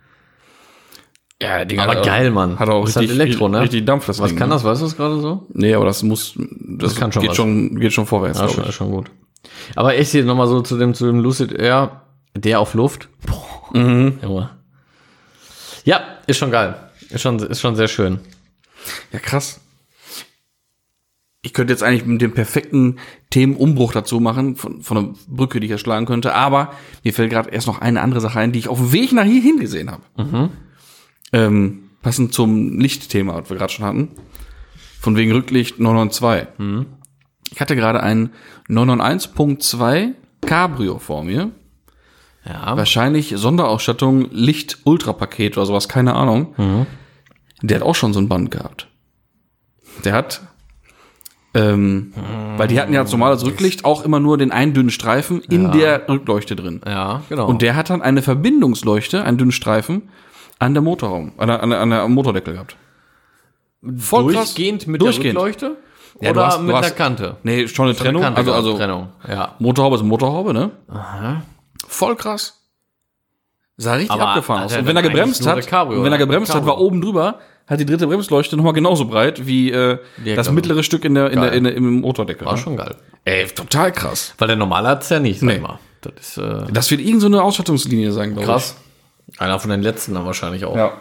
A: Ja, Ding
B: Aber geil, Mann.
A: Hat auch
B: Ist
A: richtig,
B: halt Elektro, ne?
A: richtig Dampf, das
B: Was
A: Ding,
B: kann
A: ne?
B: das, weißt du das gerade so?
A: Nee, aber das muss, das,
B: kann schon
A: geht,
B: was.
A: schon, geht schon vorwärts,
B: Ja,
A: glaub
B: schon, ist schon gut. Aber echt hier nochmal so zu dem, zu dem Lucid Air, der auf Luft. Boah.
A: Mhm.
B: Junge. Ja, ist schon geil. Ist schon, ist schon sehr schön.
A: Ja, krass. Ich könnte jetzt eigentlich mit dem perfekten Themenumbruch dazu machen, von, von einer Brücke, die ich erschlagen könnte, aber mir fällt gerade erst noch eine andere Sache ein, die ich auf dem Weg nach hier hingesehen habe. Ähm, passend zum Lichtthema, was wir gerade schon hatten. Von wegen Rücklicht 992. Ich hatte gerade einen 991.2 Cabrio vor mir.
B: Ja.
A: Wahrscheinlich Sonderausstattung, Licht, Ultrapaket oder sowas, keine Ahnung.
B: Mhm.
A: Der hat auch schon so ein Band gehabt. Der hat, ähm, weil die hatten ja als normales
B: Mhm.
A: Rücklicht auch immer nur den einen dünnen Streifen in der Rückleuchte drin.
B: Ja, genau.
A: Und der hat dann eine Verbindungsleuchte, einen dünnen Streifen, an der Motorraum, an der, an der, an der am Motordeckel gehabt. Voll krass.
B: durchgehend mit
A: Durchgehend.
B: der Rückleuchte?
A: Ja, du
B: oder
A: hast- du
B: mit
A: hast-
B: der Kante?
A: Nee, schon eine Trennung.
B: Kante
A: also,
B: genau,
A: also
B: Trennung. Ja.
A: Motorhaube ist Motorhaube, ne? Aha. Voll krass. Sah richtig
B: Aber,
A: abgefahren
B: Alter,
A: aus. Und
B: dann
A: wenn er
B: eigentlich
A: gebremst
B: nur
A: hat,
B: der Cabrio,
A: und wenn er
B: oder?
A: gebremst hat,
B: Cabrio.
A: war oben drüber, hat die dritte Bremsleuchte nochmal genauso breit wie äh,
B: Direkt
A: das
B: am-
A: mittlere Stück in der, in der,
B: Geil.
A: in der, im Motordeckel.
B: War
A: ne?
B: schon geil.
A: Ey, total krass.
B: Weil der normale hat's ja nicht, sag
A: Nee.
B: mal. Das ist äh,
A: Das wird irgend so eine Ausstattungslinie sein, glaube ich.
B: krass. Einer von den letzten dann wahrscheinlich auch.
A: Ja.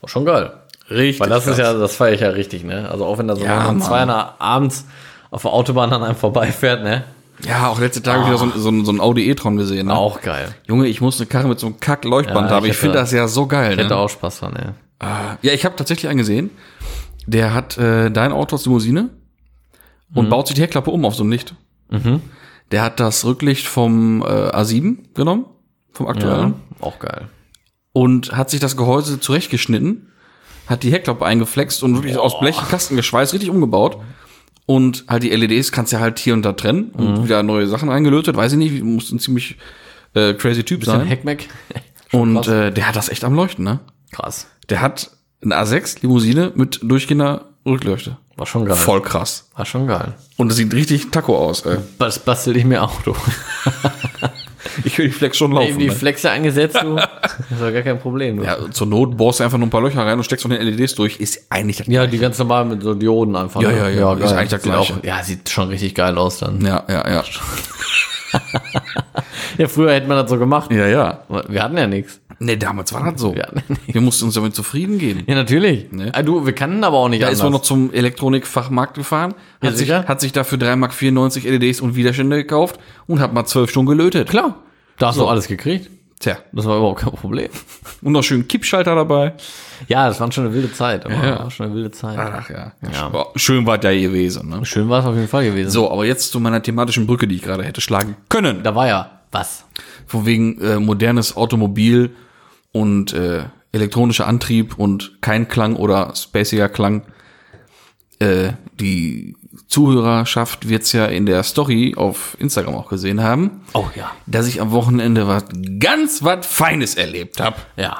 B: War schon geil.
A: Richtig.
B: Weil das ist
A: krass.
B: ja, das feiere ich ja richtig, ne? Also auch wenn da so
A: Ja,
B: ein
A: Mann.
B: 200 abends auf der Autobahn an einem vorbeifährt, ne?
A: Ja, auch letzte Tage wieder so, ein- so, ein- so ein Audi e-tron gesehen. Ne?
B: Auch geil.
A: Junge, ich muss eine Karre mit so einem Kack-Leuchtband
B: Ja,
A: haben.
B: ich
A: Ich finde
B: hätte-
A: das ja so geil.
B: Hätte
A: Ne?
B: auch Spaß dran, ne?
A: Ah, Ja, ich habe tatsächlich einen gesehen, der hat äh, dein Auto als Limousine und baut sich die Heckklappe um auf so ein Licht. Der hat das Rücklicht vom äh, A7 genommen, vom aktuellen,
B: Auch geil.
A: und hat sich das Gehäuse zurechtgeschnitten, hat die Heckklappe eingeflext und wirklich aus Blech einen Kasten geschweißt, richtig umgebaut. Und halt die LEDs kannst du ja halt hier und da trennen und wieder neue Sachen eingelötet. Weiß ich nicht, wie- muss ein ziemlich äh, crazy Typ
B: Bisschen
A: sein.
B: Heckmeck.
A: Und äh, der hat das echt am Leuchten, ne?
B: Krass.
A: Der hat eine A6-Limousine mit durchgehender Rückleuchte.
B: War schon geil.
A: Voll krass.
B: War schon geil.
A: Und das sieht richtig Taco aus, ey.
B: Das bastel ich mir Auto.
A: Ich will die Flex schon
B: Eben die
A: ne?
B: Flexe angesetzt, du. Das war gar kein Problem. Du.
A: ja, zur Not bohrst du einfach nur ein paar Löcher rein und steckst von den LEDs durch. Ist eigentlich das
B: Ja, die ganz normal mit so Dioden einfach.
A: Ja,
B: ne?
A: ja, ja.
B: geil.
A: Ist eigentlich das
B: Sieht
A: Gleiche.
B: auch, ja, sieht schon richtig geil aus dann.
A: Ja, ja, ja.
B: Ja, früher hätte man das so gemacht.
A: Ja, ja.
B: Wir hatten ja nichts.
A: Nee, damals war das so.
B: Ja.
A: Wir mussten uns damit zufrieden geben.
B: Ja, natürlich.
A: Ne?
B: Ah, du, wir kannten aber auch nicht
A: Da ist man noch zum Elektronikfachmarkt gefahren,
B: Ja,
A: hat, sich,
B: sicher.
A: hat sich dafür 3,94 Mark LEDs und Widerstände gekauft und hat mal zwölf Stunden gelötet.
B: Klar. Da hast du alles gekriegt.
A: Tja.
B: Das war überhaupt kein Problem.
A: Und noch schön Kippschalter dabei.
B: Ja, das war schon eine wilde Zeit. Aber
A: Ja.
B: war schon eine wilde Zeit.
A: Ach ja. ja. Schön war der gewesen, ne?
B: Schön war es auf jeden Fall gewesen.
A: So, aber jetzt zu meiner thematischen Brücke, die ich gerade hätte schlagen können.
B: Da war ja was.
A: Von wegen äh, modernes Automobil und äh, elektronischer Antrieb und kein Klang oder spaciger Klang. Äh, die Zuhörerschaft wird's ja in der Story auf Instagram auch gesehen haben,
B: Oh ja.
A: dass ich am Wochenende was ganz was Feines erlebt habe.
B: Ja.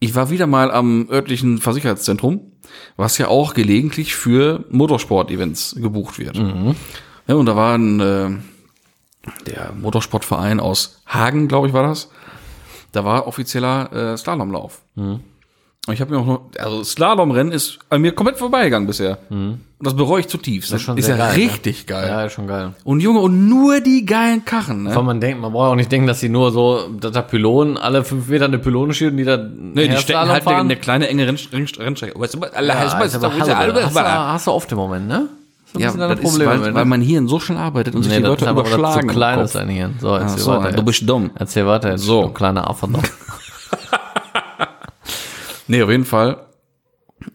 A: Ich war wieder mal am örtlichen Versicherungszentrum, was ja auch gelegentlich für Motorsport-Events gebucht wird. Ja, und da waren äh, der Motorsportverein aus Hagen, glaube ich, war das. Da war offizieller äh, Slalomlauf. Und ich habe mir auch noch, also Slalomrennen ist an mir komplett vorbeigegangen bisher. Und das bereue ich zutiefst. Das ist,
B: schon
A: ja
B: sehr geil, ne?
A: richtig geil.
B: Ja, ist schon geil.
A: Und Junge, und nur die geilen Karren. Ne?
B: Weil man denkt, man braucht auch nicht denken, dass sie nur so, dass da Pylonen, alle fünf Meter eine Pylone schießen, die da.
A: Nee, die stecken halt in eine kleine enge Renn- Renn- Rennstrecke. Weißt du, alle-
B: ja,
A: weißt du,
B: ist aber
A: weißt du, alle-
B: Halle, hast, du, hast du oft im Moment, ne? Das
A: Ja,
B: ist ein
A: das
B: bisschen
A: ist,
B: dein Problem. im
A: weil,
B: Moment,
A: weil
B: ne?
A: mein Hirn so schnell arbeitet und sich
B: Nee,
A: die
B: das
A: Leute
B: ist aber, weil das
A: überschlagen.
B: zu klein
A: im
B: ist
A: Kopf.
B: dein Hirn. So, erzähl
A: so,
B: weiter.
A: du bist dumm.
B: Erzähl weiter jetzt.
A: So.
B: Du kleiner Affe noch.
A: Nee, auf jeden Fall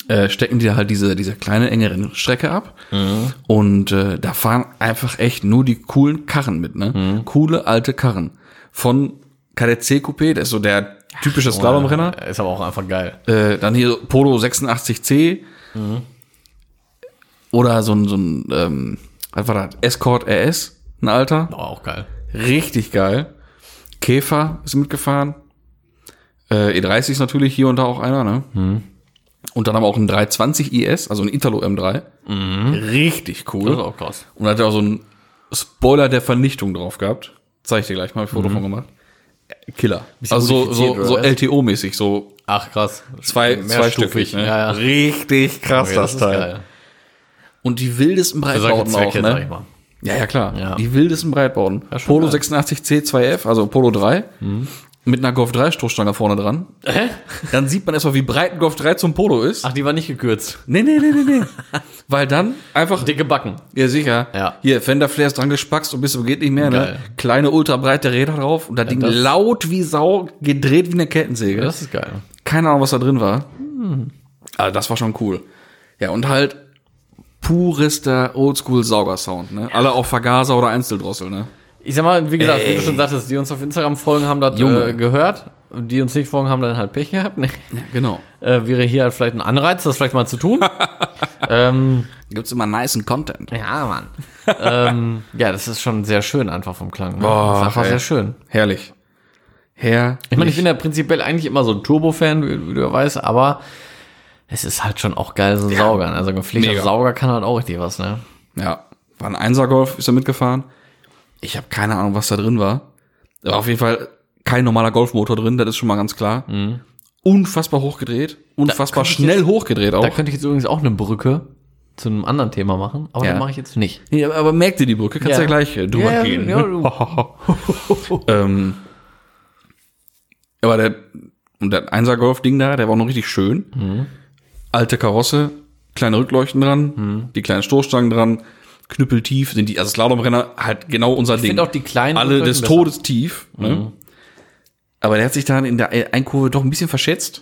A: äh, stecken die halt diese, diese kleine enge Rennstrecke ab.
B: Mhm.
A: Und äh, da fahren einfach echt nur die coolen Karren mit, ne?
B: Mhm.
A: Coole alte Karren. Von KDC Coupé, das ist so der typische Slalomrenner.
B: Ist aber auch einfach geil.
A: Äh, dann hier Polo 86C.
B: Mhm.
A: Oder so ein, so ein ähm, was war das? Escort RS, ein alter.
B: Aber auch geil.
A: Richtig
B: ne?
A: geil. Käfer ist mitgefahren. Äh, E30 ist natürlich hier und da auch einer, ne? Und dann haben wir auch einen 320 IS, also ein Italo M3. Richtig
B: Das ist
A: cool.
B: auch krass.
A: Und hat auch so einen Spoiler der Vernichtung drauf gehabt. Zeig ich dir gleich mal, hab ich ein Foto von gemacht. Killer. Also so,
B: modifiziert,
A: so, so
B: oder was?
A: LTO-mäßig, so
B: Ach krass.
A: zwei, zweistufig.
B: Mehrstufig,
A: Ne?
B: ja, ja.
A: Richtig krass
B: Okay,
A: das,
B: ist
A: Teil.
B: geil.
A: Und die wildesten
B: Für solche
A: Breitbauten auch,
B: Zwecke, sag ich
A: ne?
B: mal.
A: Ja, ja, klar.
B: Ja.
A: Die wildesten Breitbauten.
B: schon
A: Polo
B: geil.
A: 86C2F, also Polo 3, mit einer Golf 3 Stoßstange vorne dran.
B: Hä?
A: Dann sieht man erstmal, wie breit ein Golf 3 zum Polo ist.
B: Ach, die war nicht gekürzt.
A: Nee, nee, nee, nee, nee. Weil dann einfach,
B: Dicke Backen.
A: ja sicher,
B: Ja.
A: hier Fender Flares dran gespackst und bis zum geht nicht mehr, ne?
B: Geil.
A: Kleine, ultrabreite Räder drauf und das Ding
B: das-
A: laut wie Sau, gedreht wie eine Kettensäge.
B: Das ist geil.
A: Keine Ahnung, was da drin war.
B: Hm.
A: Also das war schon cool. Ja, und halt purester Oldschool-Sauger-Sound, ne? Alle auf Vergaser oder Einzeldrossel, ne?
B: Ich sag mal, wie gesagt, wie du schon sagtest, die uns auf Instagram folgen, haben das
A: Junge.
B: äh, gehört. Und Die uns nicht folgen, haben dann halt Pech gehabt. Ne?
A: Genau.
B: Äh, wäre hier halt vielleicht ein Anreiz, das vielleicht mal zu tun. ähm,
A: Gibt's immer niceen Content.
B: ja, Mann. ähm, ja, das ist schon sehr schön einfach vom Klang. Ne?
A: Boah,
B: das ist einfach
A: ey.
B: sehr schön.
A: Herrlich. Herr.
B: Ich meine, ich bin ja prinzipiell eigentlich immer so ein Turbo-Fan, wie, wie du ja weißt, aber es ist halt schon auch geil, so ein Sauger. ne? Also ein gepflegter
A: mega.
B: Sauger kann halt auch richtig was, ne?
A: Ja. War ein Einser Golf, ist er mitgefahren. Ich habe keine Ahnung, was da drin war. Aber auf jeden Fall kein normaler Golfmotor drin, das ist schon mal ganz klar. Unfassbar hochgedreht, unfassbar
B: könnte Mhm. ich
A: schnell hochgedreht
B: Da
A: auch.
B: könnte ich jetzt übrigens auch eine Brücke zu einem anderen Thema machen, aber
A: Ja.
B: das mache ich jetzt nicht.
A: Ja, aber- aber merk dir die Brücke, kannst ja,
B: Ja.
A: gleich äh, drüber
B: Ja,
A: gehen.
B: ja, du-
A: ähm, aber der, und der Einser-Golf-Ding da, der war auch noch richtig schön.
B: Mhm.
A: Alte Karosse, kleine Rückleuchten dran,
B: Mhm.
A: die kleinen Stoßstangen dran, knüppeltief sind die, also Slalombrenner halt genau unser Ding.
B: finde auch die kleinen
A: Alle des
B: Rückleuchten
A: Todes tief. Ne? Aber der hat sich dann in der E- Einkurve doch ein bisschen verschätzt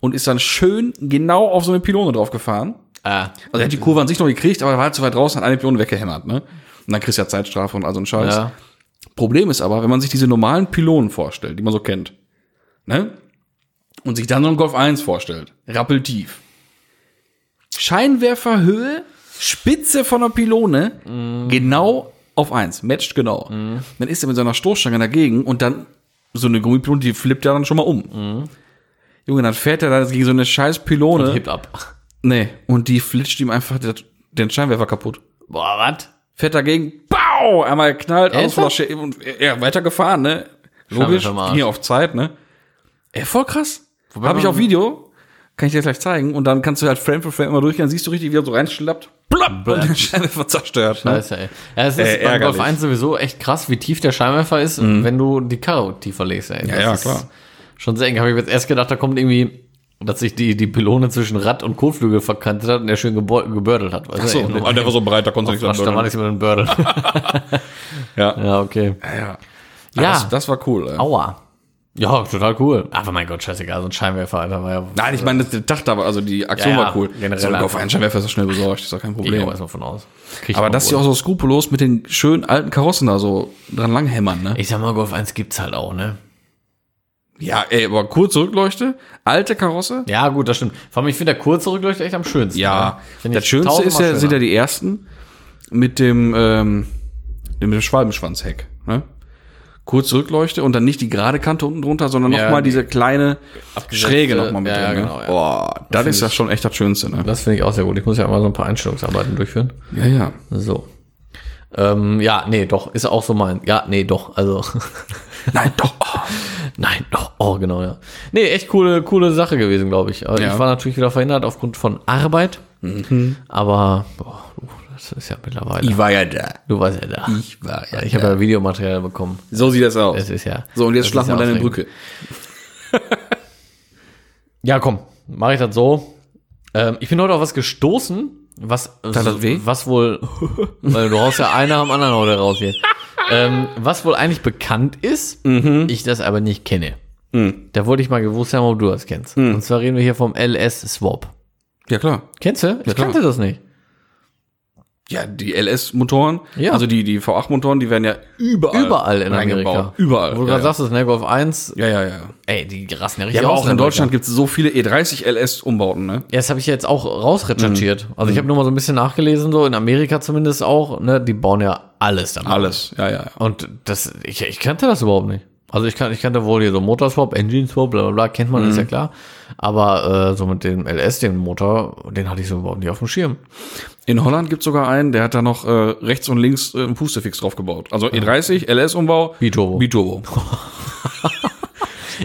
A: und ist dann schön genau auf so eine Pylone drauf gefahren.
B: Ah,
A: Also er hat die Kurve an sich noch gekriegt, aber er war halt zu weit draußen, hat eine Pylone weggehämmert, ne? Und dann kriegst du ja Zeitstrafe und all so ein Scheiß.
B: ja.
A: Problem ist aber, wenn man sich diese normalen Pylonen vorstellt, die man so kennt, ne? Und sich dann so einen Golf 1 vorstellt, rappeltief. Scheinwerferhöhe, Spitze von der Pylone, genau auf 1, matcht genau. Dann ist er mit seiner Stoßstange dagegen und dann so eine Gummipylone, die flippt ja dann schon mal um. Junge, dann fährt er da gegen so eine scheiß Pylone.
B: Hebt ab.
A: nee, und die flitscht ihm einfach der- den Scheinwerfer kaputt
B: Boah, was?
A: fährt dagegen, pow, einmal geknallt, alles voller
B: Ernsthaft?
A: Schäden und ja, weitergefahren, ne? Logisch,
B: Scheinwerfer am Arsch.
A: ging ja auf Zeit, ne? Ey, voll krass.
B: Wobei
A: Hab ich
B: man-
A: auf Video, kann ich dir gleich zeigen und dann kannst du halt Frame für Frame immer durchgehen, dann siehst du richtig, wie er so reinschlappt, blapp, und der Scheinwerfer zerstört, ne?
B: Scheiße, ey. Ja, es ist
A: Äh,
B: beim
A: ärgerlich. Mhm.
B: Golf 1 sowieso echt krass, wie tief der Scheinwerfer ist, wenn du die Karre tiefer legst, ey.
A: ja,
B: ist
A: klar.
B: Schon sehr eng. Habe ich jetzt erst gedacht, da kommt irgendwie, dass sich die, die Pylone zwischen Rad und Kotflügel verkantet hat und der schön gebor- gebördelt hat. Weißt
A: So,
B: ey,
A: ah, der war so breit, da konnte ich
B: Rasch, da war nichts mit dem Bördel.
A: Ja. ja.
B: ja, okay.
A: ja.
B: Ja.
A: Das, das war cool, ey.
B: Aua. Ja, total cool. Aber mein Gott, scheißegal, so ein Scheinwerfer, Alter, war ja.
A: Nein, ich meine, das- der Tag da war, also die Aktion
B: Ja, ja,
A: war cool.
B: generell
A: so, auf
B: einfach.
A: einen Scheinwerfer ist das schnell besorgt, ist doch kein
B: Gehe ich
A: Problem.
B: auch erstmal von aus. Krieg ich
A: Aber
B: mal
A: dass die
B: wohl.
A: auch so skrupellos mit den schönen alten Karossen da so dran langhämmern, ne?
B: Ich sag mal, Golf 1 gibt's halt auch, ne?
A: Ja, ey, aber kurze Rückleuchte, alte Karosse,
B: Ja, gut, das stimmt. Vor allem, ich finde der kurze Rückleuchte echt am schönsten.
A: Ja,
B: ne? Find
A: das
B: ich
A: Schönste ist ja,
B: tausendmal
A: sind ja
B: schöner.
A: die ersten mit dem, ähm, mit dem Schwalbenschwanzheck. Ne? Kurz Rückleuchte und dann nicht die gerade Kante unten drunter, sondern noch
B: Ja,
A: nochmal
B: die
A: diese kleine
B: abgesetzte-
A: Schräge nochmal mit
B: ja, ja,
A: drin.
B: genau,
A: ne?
B: ja.
A: Boah, das ist ja schon echt das Schönste. Ne?
B: Das finde ich auch sehr gut. Ich muss ja mal so ein paar Einstellungsarbeiten durchführen.
A: Ja, ja.
B: So. Ähm, ja, nee, doch, ist auch so mein. Ja, nee, doch, also.
A: Nein, doch. Oh,
B: Nein, doch, oh, genau, ja. Nee, echt coole, coole Sache gewesen, glaube ich. Aber
A: Ja. Mhm.
B: Ich war natürlich wieder verhindert aufgrund von Arbeit. Aber, boah, du, das ist ja mittlerweile.
A: war ja da.
B: du weißt ja da.
A: Ich war ja.
B: Ich habe ja Videomaterial bekommen.
A: So sieht das aus.
B: Es ist ja.
A: So, und
B: das
A: jetzt
B: ist
A: schlagen wir
B: ja
A: deine
B: aufregend.
A: Brücke.
B: Ja, komm, mache ich das so. Ähm, ich bin heute auf was gestoßen, was,
A: das weh?
B: was wohl, weil du haust ja einer am anderen heute raus hier. Ähm, was wohl eigentlich bekannt ist,
A: Mhm.
B: ich das aber nicht kenne. Da wollte ich mal gewusst haben, ob du das kennst.
A: Mhm.
B: Und zwar reden wir hier vom LS-Swap.
A: Ja, klar.
B: Kennst du? Ich
A: Ja, klar.
B: kannte das nicht.
A: Ja, die LS-Motoren,
B: Ja.
A: also die, die V8-Motoren, die werden ja überall,
B: Überall in Amerika.
A: Überall.
B: Wo du
A: ja,
B: gerade
A: ja.
B: sagst, das ist ne, Golf 1,
A: ja, ja, ja.
B: ey, die rasten ja
A: Ja,
B: richtig
A: aber
B: aus
A: auch in Deutschland gibt es so viele E E30 LS-Umbauten, ne?
B: Ja, das habe ich ja jetzt auch
A: Mhm.
B: rausrecherchiert. Also ich habe nur mal so ein bisschen nachgelesen, so in Amerika zumindest auch, ne, die bauen ja alles damit.
A: Alles, ja, ja. ja.
B: Und das, ich, ich kannte das überhaupt nicht. Also ich, kann, ich kannte wohl hier so Motorswap, Engine Swap, bla bla bla, kennt man,
A: Mhm.
B: ist ja klar. Aber äh, so mit dem LS, dem Motor, den hatte ich so überhaupt nicht auf dem Schirm.
A: In Holland gibt's sogar einen, der hat da noch äh, rechts und links äh, einen Pustefix draufgebaut. Also E30, LS-Umbau,
B: Biturbo.
A: Biturbo.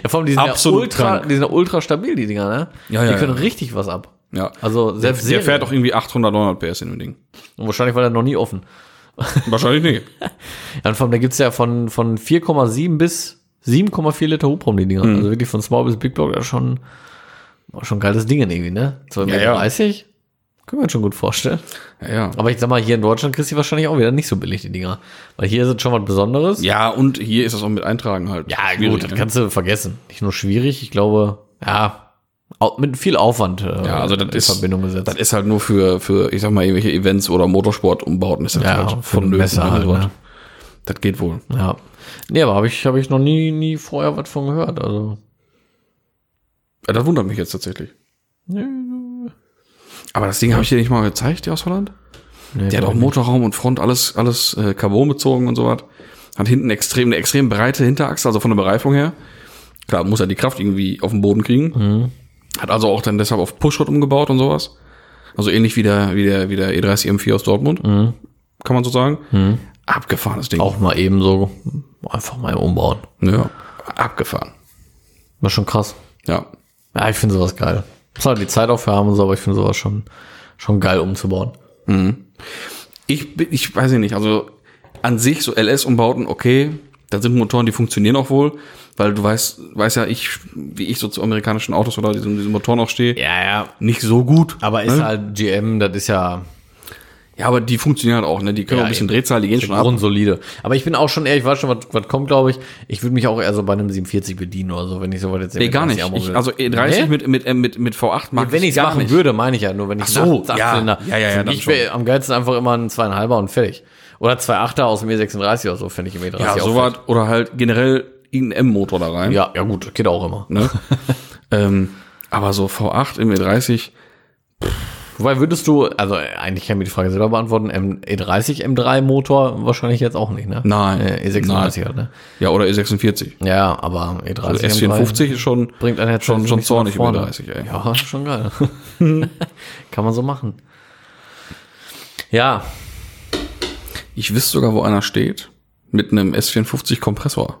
B: Ja, vor allem, die sind
A: Absolut
B: ja ultra,
A: krank.
B: die sind ja ultra stabil, die Dinger, ne?
A: Ja, ja,
B: die können
A: ja.
B: richtig was ab.
A: Ja.
B: Also selbst
A: der
B: Serien.
A: fährt auch irgendwie 800, 900 PS in dem Ding.
B: Und wahrscheinlich war der noch nie offen.
A: Wahrscheinlich nicht.
B: Ja, und vor allem, da gibt's ja von, von 4,7 bis 7,4 Liter Hubraum, die
A: Mhm.
B: Dinger. Also wirklich von Small bis Big Block, das ist schon, schon ein geiles Ding irgendwie, ne? 2,30
A: Ja,
B: Meter?
A: ja.
B: Können wir uns schon gut vorstellen.
A: Ja, ja.
B: Aber ich sag mal, hier in Deutschland kriegst du die wahrscheinlich auch wieder nicht so billig, die Dinger. Weil hier sind schon was Besonderes.
A: ja, und hier ist das auch mit Eintragen halt. Schwierig,
B: das
A: ne?
B: kannst du vergessen. Nicht nur schwierig, ich glaube, ja, au- mit viel Aufwand äh,
A: Ja, also das
B: in
A: ist-
B: Verbindung gesetzt.
A: Das ist halt nur für, für, ich sag mal, irgendwelche Events oder Motorsportumbauten ist das
B: ja,
A: halt
B: von Messer halt,
A: sowas.
B: ne?
A: Das geht wohl.
B: Ja. Nee, aber habe ich, hab ich noch nie, nie vorher was von gehört. Also,
A: Ja, Äh, das wundert mich jetzt tatsächlich. Aber das Ding habe ich dir nicht mal gezeigt, die aus Holland?
B: nee,
A: Der hat auch Motorraum und Front, alles, alles äh, Carbon bezogen und so was. Hat hinten extrem, eine extrem breite Hinterachse, also von der Bereifung her. Klar, muss er die Kraft irgendwie auf den Boden kriegen. Hat also auch dann deshalb auf Pushrod umgebaut und sowas. Also ähnlich wie der, wie der, wie der E E30 M4 aus Dortmund. Kann man so sagen. Abgefahrenes Ding.
B: auch mal eben so einfach mal umbauen.
A: Ja. abgefahren.
B: Das ist schon krass.
A: Ja.
B: Ja, ich finde sowas geil. Muss halt die Zeit dafür haben und so, aber ich finde sowas schon, schon geil umzubauen.
A: Ich, bin- ich weiß ja nicht, also an sich so LS-Umbauten, okay, da sind Motoren, die funktionieren auch wohl, weil du weißt, weißt ja, ich, wie ich so zu amerikanischen Autos oder diesen, diesen Motoren auch stehe,
B: Ja, ja.
A: nicht so gut.
B: Aber ist halt GM, das ist ja
A: Ja, aber die funktionieren halt auch, ne? Die können
B: Ja,
A: auch ein bisschen
B: eben.
A: Drehzahl, die gehen schon ab.
B: grundsolide. Aber ich bin auch schon eher, ich weiß schon, was, was kommt, glaube ich. Ich würde mich auch eher so bei einem 47 bedienen oder so, wenn ich sowas jetzt
A: Nee, gar nicht.
B: Ich,
A: Ich, also E30
B: Nee?
A: mit, mit, äh, mit, mit V8 mag
B: wenn
A: ich
B: ich es
A: gar
B: machen
A: nicht.
B: würde, meine ich ja nur, wenn ich
A: so,
B: einen
A: ja.
B: Achtzylinder-
A: Ja, ja, ja,
B: Für
A: dann
B: mich wär am geilsten einfach immer ein zweieinhalber und fertig. Oder zwei Achter aus dem E36 oder so, fände ich im E30
A: Ja,
B: auch
A: so
B: fertig.
A: was oder halt generell irgendein M-Motor da rein.
B: Ja, ja gut, geht auch immer.
A: Ne? ähm, aber so V8 im E30,
B: Wobei würdest du, also äh, eigentlich kann ich mir die Frage selber beantworten, ähm, E M E30 M3 Motor wahrscheinlich jetzt auch nicht, ne?
A: Nein.
B: Äh, E36 halt, ne?
A: ja, oder E E46.
B: Ja, aber E E30
A: Also
B: M3
A: S54 ist schon,
B: bringt einen jetzt
A: schon, schon
B: nicht so nach
A: zornig im
B: vorne.
A: E30, ey.
B: Ja, schon geil. kann man so machen. Ja,
A: Ich wüsste sogar, wo einer steht, mit einem S54 Kompressor.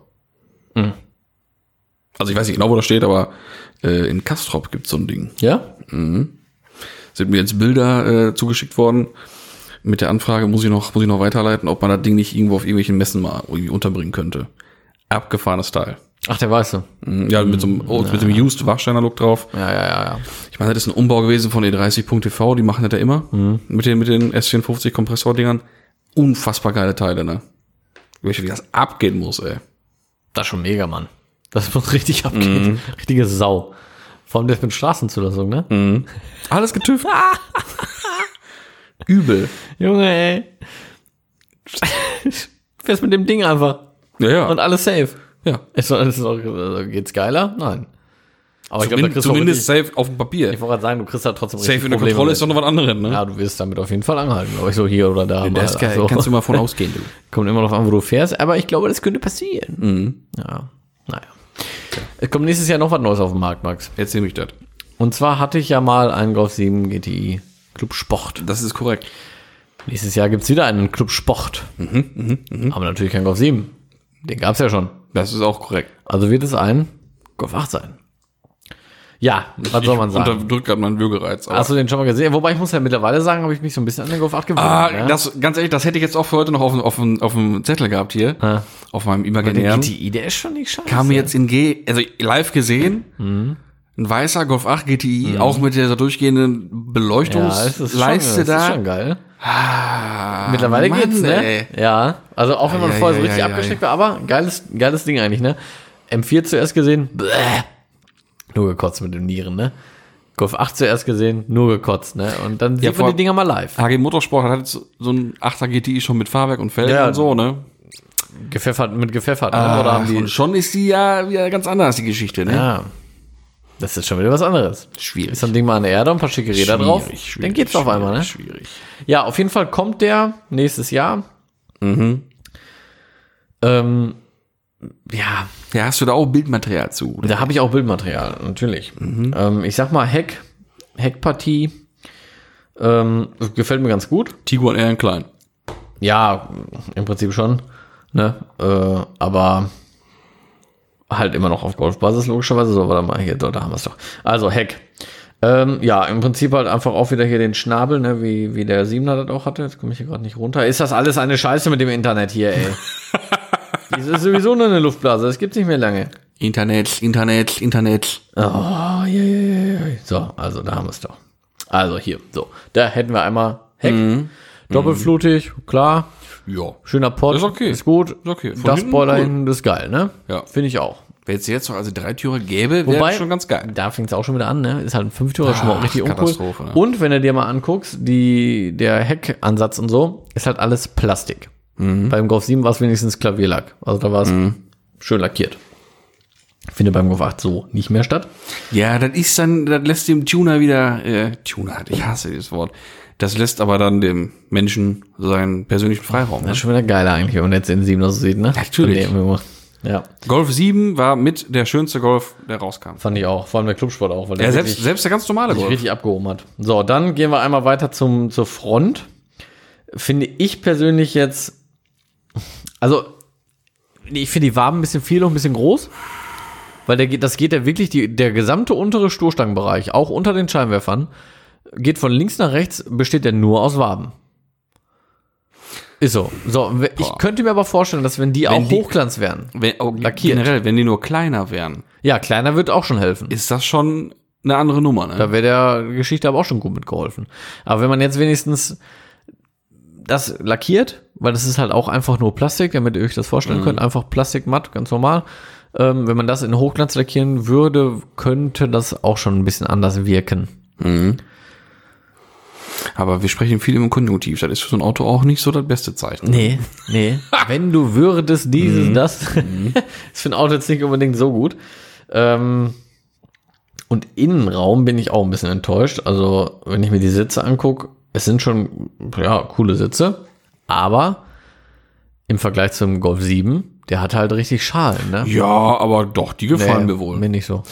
A: Also ich weiß nicht genau, wo der steht, aber äh, in Kastrop gibt's so ein Ding.
B: ja?
A: sind mir jetzt Bilder äh, zugeschickt worden. Mit der Anfrage muss ich noch, muss ich noch weiterleiten, ob man das Ding nicht irgendwo auf irgendwelchen Messen mal irgendwie unterbringen könnte. Abgefahrenes Teil.
B: Ach, der weiße.
A: Mhm, Ja, mit so einem, oh, mit dem Used Warsteiner Look drauf.
B: Ja, ja, ja, ja.
A: Ich meine, das ist ein Umbau gewesen von E30.tv, die machen das ja immer.
B: Mhm.
A: Mit den, mit den S54 Kompressordingern. Unfassbar geile Teile, ne? Welche, wie das abgehen muss, ey.
B: Das ist schon mega, Mann. Das muss
A: Mhm.
B: richtig abgehen. Richtige Sau. Vor allem das mit Straßenzulassung, ne?
A: Mhm. Alles getüft. Übel.
B: Junge, ey. Fährst mit dem Ding einfach.
A: Ja, ja.
B: Und alles safe.
A: ja.
B: Ist, doch- ist, doch- also geht's geiler? Nein. Aber ich glaube, da
A: Zumindest,
B: kriegst du auch
A: zumindest
B: richtig,
A: safe auf dem Papier.
B: ich wollte gerade sagen, du kriegst da trotzdem
A: Safe in der
B: Probleme
A: Kontrolle ist
B: mit.
A: doch noch was anderes, ne?
B: Ja, du wirst damit auf jeden Fall anhalten, glaube ich, so hier oder da.
A: Das kann,
B: also,
A: kannst du mal von ausgehen, du.
B: kommt immer noch an, wo du fährst, aber ich glaube, das könnte passieren.
A: Mhm.
B: Ja, naja. Es kommt nächstes Jahr noch was Neues auf den Markt, Max.
A: Erzähl mich das.
B: Und zwar hatte ich ja mal einen Golf 7 GTI Club Sport.
A: Das ist korrekt.
B: Nächstes Jahr gibt's wieder einen Club Sport.
A: Mhm,
B: Aber natürlich kein Golf 7. Den gab's ja schon.
A: Das ist auch korrekt.
B: Also wird es ein Golf 8 sein. Ja, was soll man sagen? Ah,
A: Unterdrückt gerade meinen Würgereiz. aber-
B: Hast du den schon mal gesehen? Wobei ich muss ja mittlerweile sagen, habe ich mich so ein bisschen an den Golf 8 gewöhnt.
A: ah,
B: ne?
A: das, ganz ehrlich, das hätte ich jetzt auch für heute noch auf, dem- auf, dem- auf dem Zettel gehabt hier. Auf meinem
B: der
A: imaginären.
B: GTI, der ist Mhm. schon nicht scheiße.
A: Kam mir jetzt in G, also live gesehen. Ein weißer Golf 8 GTI, auch mit dieser durchgehenden
B: Mhm. ja, es ist schon,
A: Beleuchtungsleiste
B: es ist
A: da.
B: schon geil.
A: Ah,
B: Mittlerweile
A: Mann,
B: geht's, ne?
A: ey.
B: Ja. Also auch wenn man
A: Ei,
B: vorher so
A: ei,
B: richtig
A: ei, ei.
B: abgesteckt war, aber geiles, geiles Ding eigentlich, ne? M4 zuerst gesehen, bäh, nur gekotzt mit den Nieren, ne? Golf 8 zuerst gesehen, nur gekotzt, ne? Und dann sieht
A: vor- Ah.
B: man die Dinger mal live.
A: HG Motorsport hat jetzt so einen 8er GTI schon mit Fahrwerk und Felgen
B: Ja.
A: und so, ne?
B: Gepfeffert mit gepfeffert,
A: Ah,
B: ne? Oder haben die.
A: und schon ist die ja wieder ganz anders, die Geschichte, ne?
B: Ja. Das ist schon wieder was anderes.
A: Schwierig.
B: Ist so ein Ding mal an der Erde, ein paar schicke Räder drauf. dann geht's auf einmal, ne?
A: Schwierig.
B: Ja, auf jeden Fall kommt der nächstes Jahr.
A: Mhm.
B: Ähm, ja,
A: Ja, hast du da auch Bildmaterial zu?
B: da habe ich auch Bildmaterial, natürlich. Ähm, ich sag mal Heck, Heckpartie. Ähm, gefällt mir ganz gut.
A: Tiguan eher in klein.
B: Ja, im Prinzip schon. Ne? Äh, aber halt immer noch auf Golfbasis, logischerweise. So, warte mal, hier, da, da haben wir es doch. Also, Heck. Ähm, ja, im Prinzip halt einfach auch wieder hier den Schnabel, ne, wie, wie der Siebener das auch hatte. Jetzt komme ich hier gerade nicht runter. Ist das alles eine Scheiße mit dem Internet hier, ey? das ist sowieso nur eine Luftblase, das gibt's nicht mehr lange.
A: Internet, Internet, Internet.
B: Oh, je, je, je, je. So, also da haben wir es doch. Also hier, so. Da hätten wir einmal Heck.
A: Mhm.
B: Doppelflutig, klar.
A: Ja.
B: Schöner Pott.
A: Ist okay.
B: Ist gut.
A: Ist okay. Von
B: das
A: hinten
B: Spoiler
A: cool.
B: hinten das ist geil, ne?
A: Ja.
B: Finde ich auch.
A: Wenn es jetzt noch also drei Türe gäbe, wäre das schon ganz geil.
B: Da fängt es auch schon wieder an, ne? Ist halt ein Fünftürer schon mal
A: Ach,
B: richtig uncool.
A: Ah, Katastrophe, ne?
B: Und wenn du dir mal anguckst, die, der Heckansatz und so, ist halt alles Plastik.
A: Mhm.
B: Beim Golf 7 war es wenigstens Klavierlack. Also da war es schön lackiert. Finde beim Golf 8 so nicht mehr statt.
A: Ja, das ist dann, das lässt dem Tuner wieder, äh, Tuner, ich hasse dieses Wort. Das lässt aber dann dem Menschen seinen persönlichen Freiraum. ne?
B: Das ist schon wieder geiler eigentlich, wenn man jetzt den 7 so sieht, ne?
A: Natürlich.
B: Von dem immer. Ja,
A: Golf 7 war mit der schönste Golf, der rauskam.
B: fand ich auch. Vor allem der Clubsport auch, weil der
A: Ja,
B: wirklich-
A: selbst, selbst der ganz normale
B: sich
A: Golf.
B: richtig abgehoben hat. So, dann gehen wir einmal weiter zum, zur Front. Finde ich persönlich jetzt, also nee, ich finde die Waben ein bisschen viel und ein bisschen groß. Weil der, geht- das geht ja wirklich, die, der gesamte untere Stoßstangenbereich, auch unter den Scheinwerfern, geht von links nach rechts, besteht der nur aus Waben. Ist so. So, we- ich könnte mir aber vorstellen, dass wenn die auch
A: die-
B: Hochglanz wären.
A: Wenn, oh,
B: Lackiert.
A: generell, wenn die nur kleiner wären,
B: Ja, kleiner wird auch schon helfen.
A: ist das schon eine andere Nummer, ne?
B: Da wäre der Geschichte aber auch schon gut mitgeholfen. Aber wenn man jetzt wenigstens das lackiert, weil das ist halt auch einfach nur Plastik, damit ihr euch das vorstellen könnt, einfach Plastikmatt, ganz normal. Ähm, wenn man das in Hochglanz lackieren würde, könnte das auch schon ein bisschen anders wirken.
A: Aber wir sprechen viel im Konjunktiv. Das ist für so ein Auto auch nicht so das beste Zeichen.
B: Nee, nee. Wenn du würdest, dieses,
A: Mhm.
B: das. ist für ein Auto jetzt nicht unbedingt so gut. Ähm, und Innenraum bin ich auch ein bisschen enttäuscht. Also, wenn ich mir die Sitze angucke, es sind schon, ja, coole Sitze. Aber im Vergleich zum Golf 7, der hat halt richtig Schalen, ne?
A: Ja, aber doch, die gefallen mir wohl.
B: Mir nicht so.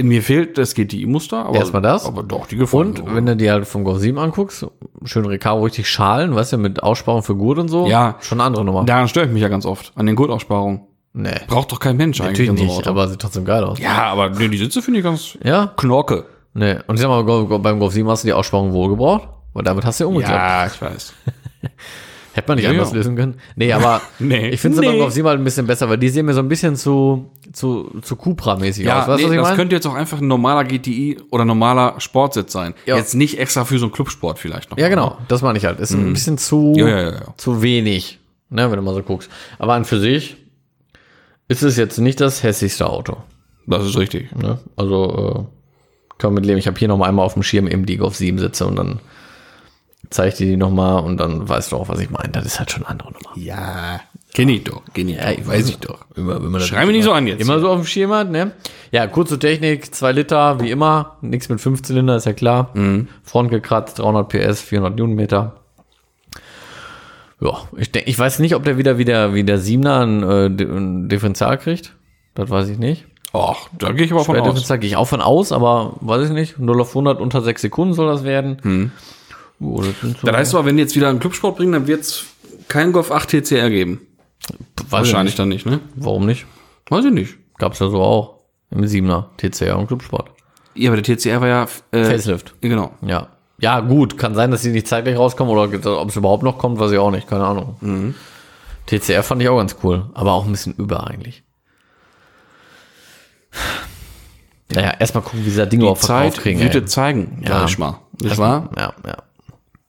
A: Mir fehlt das GTI-Muster, aber,
B: Erstmal das.
A: aber doch, die gefallen
B: Und
A: mir wohl.
B: wenn du dir halt vom Golf 7 anguckst, schön Recaro richtig Schalen, weißt du, mit Aussparung für Gurt und so.
A: Ja.
B: Schon eine andere Nummer.
A: Daran störe ich mich ja ganz oft, an den Gurtaussparungen.
B: nee.
A: Braucht doch kein Mensch eigentlich.
B: Natürlich
A: in so
B: nicht,
A: einem Auto.
B: aber sieht trotzdem geil aus.
A: ja, aber nee, die Sitze finde ich ganz
B: Ja,
A: knorke.
B: nee. Und ich sag mal, Go- Go- beim Golf 7 hast du die Aussparung wohl gebraucht, weil damit hast du ja umgeklappt.
A: Ja, ich weiß.
B: Hätte man nicht
A: Ja,
B: anders
A: ja.
B: lösen können. Nee, aber
A: Nee.
B: ich finde es beim
A: Nee.
B: Golf 7 halt ein bisschen besser, weil die sehen mir so ein bisschen zu, zu, zu Cupra-mäßig
A: Ja,
B: aus. Weißt
A: nee,
B: du, was ich
A: das
B: meine?
A: könnte jetzt auch einfach ein normaler GTI oder normaler Sportsitz sein.
B: Ja.
A: Jetzt nicht extra für so einen Clubsport vielleicht noch.
B: Ja, genau. Das meine ich halt. Ist ein bisschen zu,
A: Mhm. Ja, ja, ja, ja.
B: zu wenig, ne, wenn du mal so guckst. Aber an für sich ist es jetzt nicht das hässlichste Auto.
A: Das ist richtig.
B: Ne? Also äh, kann man mit leben. Ich habe hier noch mal einmal auf dem Schirm eben die Golf 7 Sitze und dann zeige ich dir die noch mal und dann weißt du auch, was ich meine. Das ist halt schon eine andere Nummer.
A: Ja. Kenn ich doch. Kenn ich ja, doch. Weiß ich doch.
B: Immer, wenn man
A: Schrei mich nicht so an jetzt.
B: immer so auf dem Schirm hat, ne? Ja, kurze Technik, 2 Liter, wie immer. Nichts mit 5 Zylinder, ist ja klar.
A: Mhm.
B: Front gekratzt, 300 PS, 400 Newtonmeter. Ja, ich, denk, ich weiß nicht, ob der wieder wie der, wie der 7er ein, äh, Di- ein Differential kriegt. Das weiß ich nicht.
A: Ach, da gehe ich aber von
B: Bei
A: aus.
B: Defense gehe ich auch von aus, aber weiß ich nicht. 0 auf 100 unter 6 Sekunden soll das werden. Oh, das sind so,
A: Mhm. Das heißt aber, wenn die jetzt wieder einen Clubsport bringen, dann wird es kein Golf 8 TCR geben.
B: weiß
A: Wahrscheinlich dann nicht, ne?
B: Nicht. Warum nicht?
A: Weiß ich nicht.
B: Gab es ja so auch. Im 7er, TCR und Clubsport.
A: Ja, aber der TCR war ja. Äh,
B: Facelift.
A: Genau.
B: Ja. Ja, gut. Kann sein, dass sie nicht zeitgleich rauskommen oder ob es überhaupt noch kommt, weiß ich auch nicht. Keine Ahnung. TCR fand ich auch ganz cool, aber auch ein bisschen über eigentlich. Naja, erstmal gucken, wie sie das Ding
A: Die
B: überhaupt
A: Zeit
B: verkauft kriegen.
A: wird
B: ey.
A: es zeigen,
B: Ja.
A: sag ich mal. Nicht wahr?
B: Ja, ja.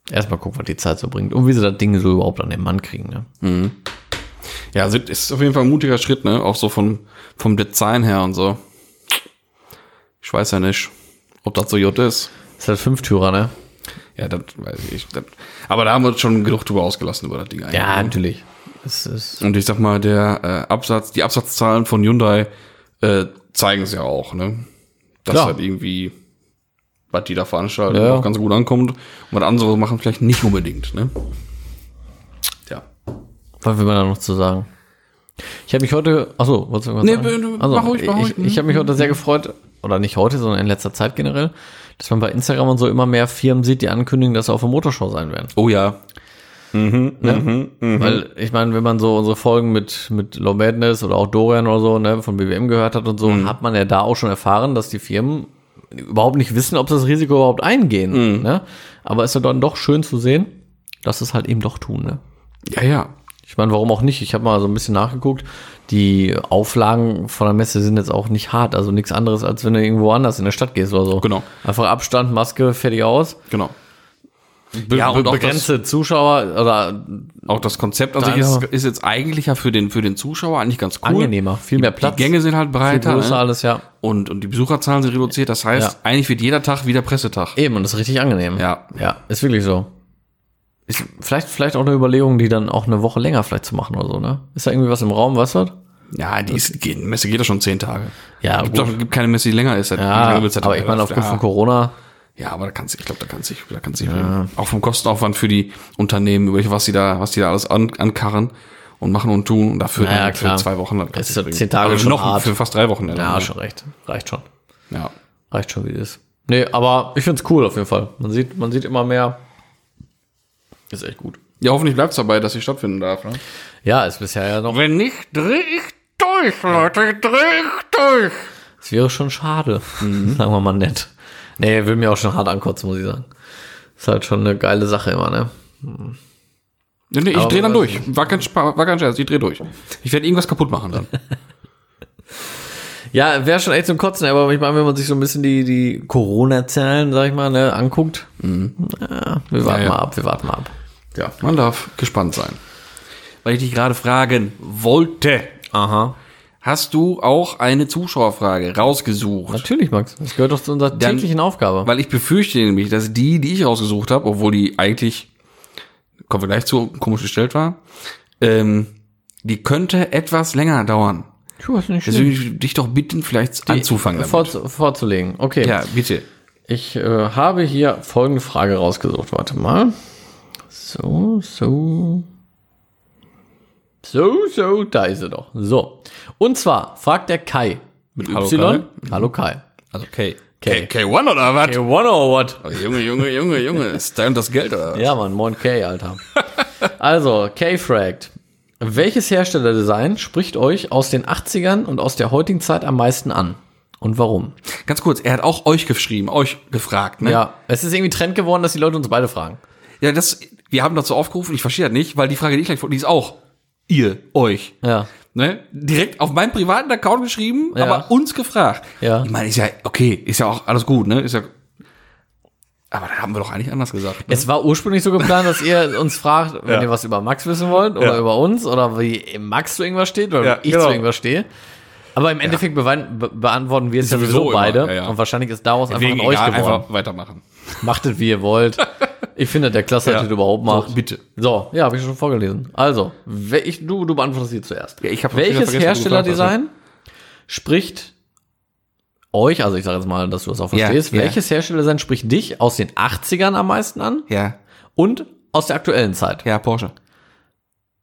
B: Erstmal gucken, was die Zeit so bringt und wie sie das Ding so überhaupt an den Mann kriegen. Ne?
A: Ja, also das ist auf jeden Fall ein mutiger Schritt, ne? Auch so vom, vom Design her und so. Ich weiß ja nicht, ob das so gut ist.
B: Ist halt Fünftürer, ne?
A: Ja, das weiß ich. Das, aber da haben wir uns schon genug drüber ausgelassen über das Ding eigentlich.
B: natürlich. Es ist
A: Und ich sag mal, der äh, Absatz, die Absatzzahlen von Hyundai äh, zeigen es ja auch, ne? Dass
B: Klar.
A: halt irgendwie, was die da veranstalten,
B: Ja.
A: auch ganz gut ankommt. Und was andere machen vielleicht nicht unbedingt, ne? Ja.
B: was will man da noch zu sagen? Ich habe mich heute, achso, wolltest du was
A: Nee,
B: sagen? Also,
A: b- b- mach ruhig, mach ruhig.
B: ich, ich habe mich heute sehr gefreut, oder nicht heute, sondern in letzter Zeit generell, dass man bei Instagram und so immer mehr Firmen sieht, die ankündigen, dass sie auf der Motorshow sein werden.
A: Oh ja. Mhm.
B: Weil ich meine, wenn man so unsere Folgen mit, mit Low Madness oder auch Dorian oder so ne, von BBM gehört hat und so,
A: Mhm.
B: hat man ja da auch schon erfahren, dass die Firmen überhaupt nicht wissen, ob sie das Risiko überhaupt eingehen.
A: Mhm.
B: Ne? Aber ist ja dann doch schön zu sehen, dass sie es halt eben doch tun. Ne?
A: Ja, ja.
B: Ich meine, warum auch nicht? Ich habe mal so ein bisschen nachgeguckt. Die Auflagen von der Messe sind jetzt auch nicht hart. Also nichts anderes, als wenn du irgendwo anders in der Stadt gehst oder so.
A: Genau.
B: Einfach Abstand, Maske, fertig aus.
A: Genau.
B: Be
A: Ja, und auch das-
B: begrenzte Zuschauer oder
A: Auch das Konzept an sich
B: Deiner-
A: ist, ist jetzt eigentlich ja für den, für den Zuschauer eigentlich ganz cool.
B: angenehmer. Viel mehr Platz.
A: Die Gänge sind halt
B: viel
A: breiter
B: größer
A: ne?
B: alles, ja.
A: und, und die Besucherzahlen sind reduziert. Das heißt,
B: Ja.
A: eigentlich wird jeder Tag wieder Pressetag.
B: Eben, und das ist richtig angenehm.
A: Ja.
B: Ja, ist wirklich so. Ist vielleicht, vielleicht auch eine Überlegung, die dann auch eine Woche länger vielleicht zu machen oder so, ne? Ist da irgendwie was im Raum, weißt du? das?
A: Ja, die ist, die Messe geht ja schon zehn Tage.
B: Ja,
A: gibt,
B: Ah, gut.
A: doch, gibt keine Messe, die länger ist.
B: Ja, aber ich meine, aufgrund
A: ja.
B: von Corona,
A: Ja, aber da kann sich, ich glaube, da kann sich, da kann sich, auch vom Kostenaufwand für die Unternehmen, über was die da, was die da alles an, ankarren und machen und tun und dafür,
B: Naja,
A: für
B: klar.
A: zwei Wochen. Das kann
B: Es
A: sich
B: ist
A: bringen.
B: zehn Tage
A: also
B: schon
A: noch
B: hart.
A: für fast drei Wochen. Ja,
B: ja,
A: ne?
B: schon recht. Reicht schon.
A: ja.
B: Reicht schon, wie es ist. Nee, aber ich find's cool auf jeden Fall. Man sieht, man sieht immer mehr. Ist echt gut.
A: Ja, hoffentlich bleibt es dabei, dass sie stattfinden darf. Ne?
B: Ja, ist bisher ja noch.
A: Wenn nicht, dreh ich durch, Leute, dreh ich durch.
B: Es wäre schon schade.
A: Mhm.
B: Sagen wir mal nett. Nee, will mir auch schon hart ankotzen, muss ich sagen. Ist halt schon eine geile Sache immer, ne?
A: Nee, nee, ich
B: Aber
A: dreh dann
B: was-
A: durch. War kein, Spa- war kein Scherz, ich dreh durch. Ich werde irgendwas kaputt machen dann.
B: Ja, wäre schon echt zum Kotzen, aber ich meine, wenn man sich so ein bisschen die, die Corona-Zahlen, sag ich mal, ne, anguckt, ja, wir warten
A: Mhm. Ja, ja.
B: mal ab, wir warten mal ab.
A: ja, man darf gespannt sein. Weil ich dich gerade fragen wollte,
B: Aha.
A: hast du auch eine Zuschauerfrage rausgesucht?
B: Natürlich, Max. Das gehört doch zu unserer
A: Dann-
B: täglichen Aufgabe.
A: Weil ich befürchte nämlich, dass die, die ich rausgesucht habe, obwohl die eigentlich, kommen wir gleich zu, komisch gestellt war, ähm, die könnte etwas länger dauern.
B: Du hast nicht
A: Deswegen würde ich dich doch bitten, vielleicht anzufangen. damit.
B: Vorzu vorzulegen. Okay.
A: Ja, bitte.
B: Ich äh, habe hier folgende Frage rausgesucht. Warte mal. So, so. So, so, da ist sie doch. So. Und zwar fragt der Kai mit
A: Hallo
B: Y. Hallo Kai.
A: Also K.
B: K.
A: K. K1 oder was?
B: Hey, one or what?
A: Oh, Junge, Junge, Junge, Junge. Ist da und das Geld oder was?
B: Ja, Mann, moin Kay, Alter. Also, Kay fragt, welches Herstellerdesign spricht euch aus den 80ern und aus der heutigen Zeit am meisten an? Und warum?
A: Ganz kurz, er hat auch euch geschrieben, euch gefragt, ne?
B: Ja, es ist irgendwie Trend geworden, dass die Leute uns beide fragen.
A: Ja, das, wir haben dazu aufgerufen, ich verstehe das nicht, weil die Frage, die ich gleich wollte, die ist auch ihr, euch.
B: Ja.
A: Ne? Direkt auf meinem privaten Account geschrieben,
B: Ja.
A: aber uns gefragt.
B: Ja.
A: Ich meine, ist ja, okay, ist ja auch alles gut, ne? Ist ja, aber da haben wir doch eigentlich anders gesagt. Ne?
B: Es war ursprünglich so geplant, dass ihr uns fragt, wenn
A: Ja.
B: ihr was über Max wissen wollt oder über uns oder wie Max zu irgendwas steht oder
A: Ja,
B: wie ich
A: genau.
B: zu irgendwas stehe. Aber im Endeffekt bewein- be beantworten wir es ja
A: Sowieso
B: sowieso
A: immer,
B: beide.
A: ja, ja.
B: Und wahrscheinlich ist daraus
A: Deswegen
B: einfach an euch
A: egal,
B: geworden.
A: einfach weitermachen.
B: Macht es, wie ihr wollt. Ich finde, der Klasse
A: Ja.
B: hat das überhaupt macht.
A: So, bitte.
B: So, ja, habe ich schon vorgelesen. Also, wel- ich, du, du beantwortest hier zuerst.
A: Ja, ich hab schon wieder
B: Welches
A: vergessen, was du gesagt hast, ne?
B: Herstellerdesign spricht euch, also ich sage jetzt mal, dass du das auch
A: Ja,
B: verstehst,
A: ja.
B: welches Herstellerdesign spricht dich aus den 80ern am meisten an
A: Ja,
B: und aus der aktuellen Zeit?
A: ja, Porsche.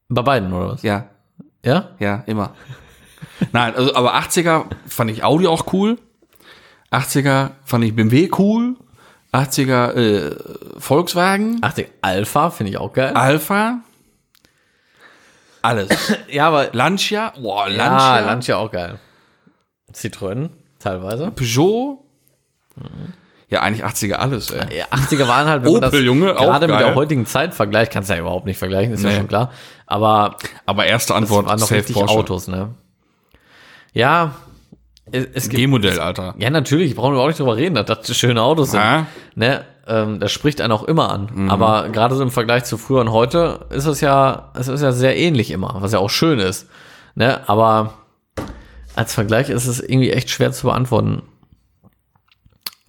B: Bei beiden, oder was?
A: Ja,
B: Ja?
A: Ja, immer. Nein, also aber 80er fand ich Audi auch cool. 80er fand ich BMW cool. 80er äh, Volkswagen,
B: 80 Alpha finde ich auch geil.
A: Alpha. Alles.
B: ja, aber
A: Lancia, boah, Lancia.
B: Lancia. Ah, Lancia auch geil. Citroën, teilweise.
A: Peugeot. Ja, eigentlich 80er alles, ey.
B: Ja, 80er waren halt, wenn man
A: Opel,
B: das
A: Junge, auch
B: gerade mit
A: geil.
B: der heutigen Zeit vergleicht, kannst du ja überhaupt nicht vergleichen, ist
A: Nee.
B: ja schon klar. Aber
A: Aber erste Antwort,
B: waren noch
A: safe
B: richtig
A: Porsche.
B: Autos, ne? Ja, es, es gibt,
A: G-Modell, Alter.
B: ja natürlich, brauchen wir auch nicht drüber reden, dass das schöne Autos sind.
A: Ja.
B: Ne? Ähm, das spricht einen auch immer an.
A: Mhm.
B: Aber gerade so im Vergleich zu früher und heute ist es ja, es ist ja sehr ähnlich immer, was ja auch schön ist. Ne? Aber als Vergleich ist es irgendwie echt schwer zu beantworten.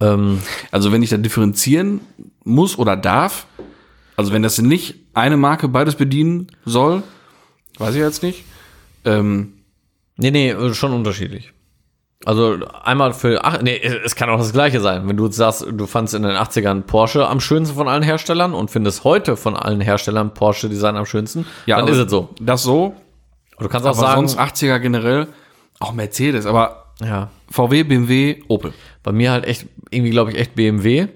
B: Ähm,
A: Also wenn ich da differenzieren muss oder darf, also wenn das nicht eine Marke beides bedienen soll, weiß ich jetzt nicht. Ähm,
B: Nee, nee, äh, schon unterschiedlich. Also einmal für, ach, nee, es kann auch das gleiche sein. Wenn du jetzt sagst, du fandst in den 80ern Porsche am schönsten von allen Herstellern und findest heute von allen Herstellern Porsche Design am schönsten, dann
A: also
B: ist es so.
A: Das so,
B: Aber du kannst auch
A: aber
B: sagen,
A: sonst 80er generell, auch Mercedes, aber
B: ja,
A: VW, BMW, Opel.
B: bei mir halt echt, irgendwie glaube ich echt BMW,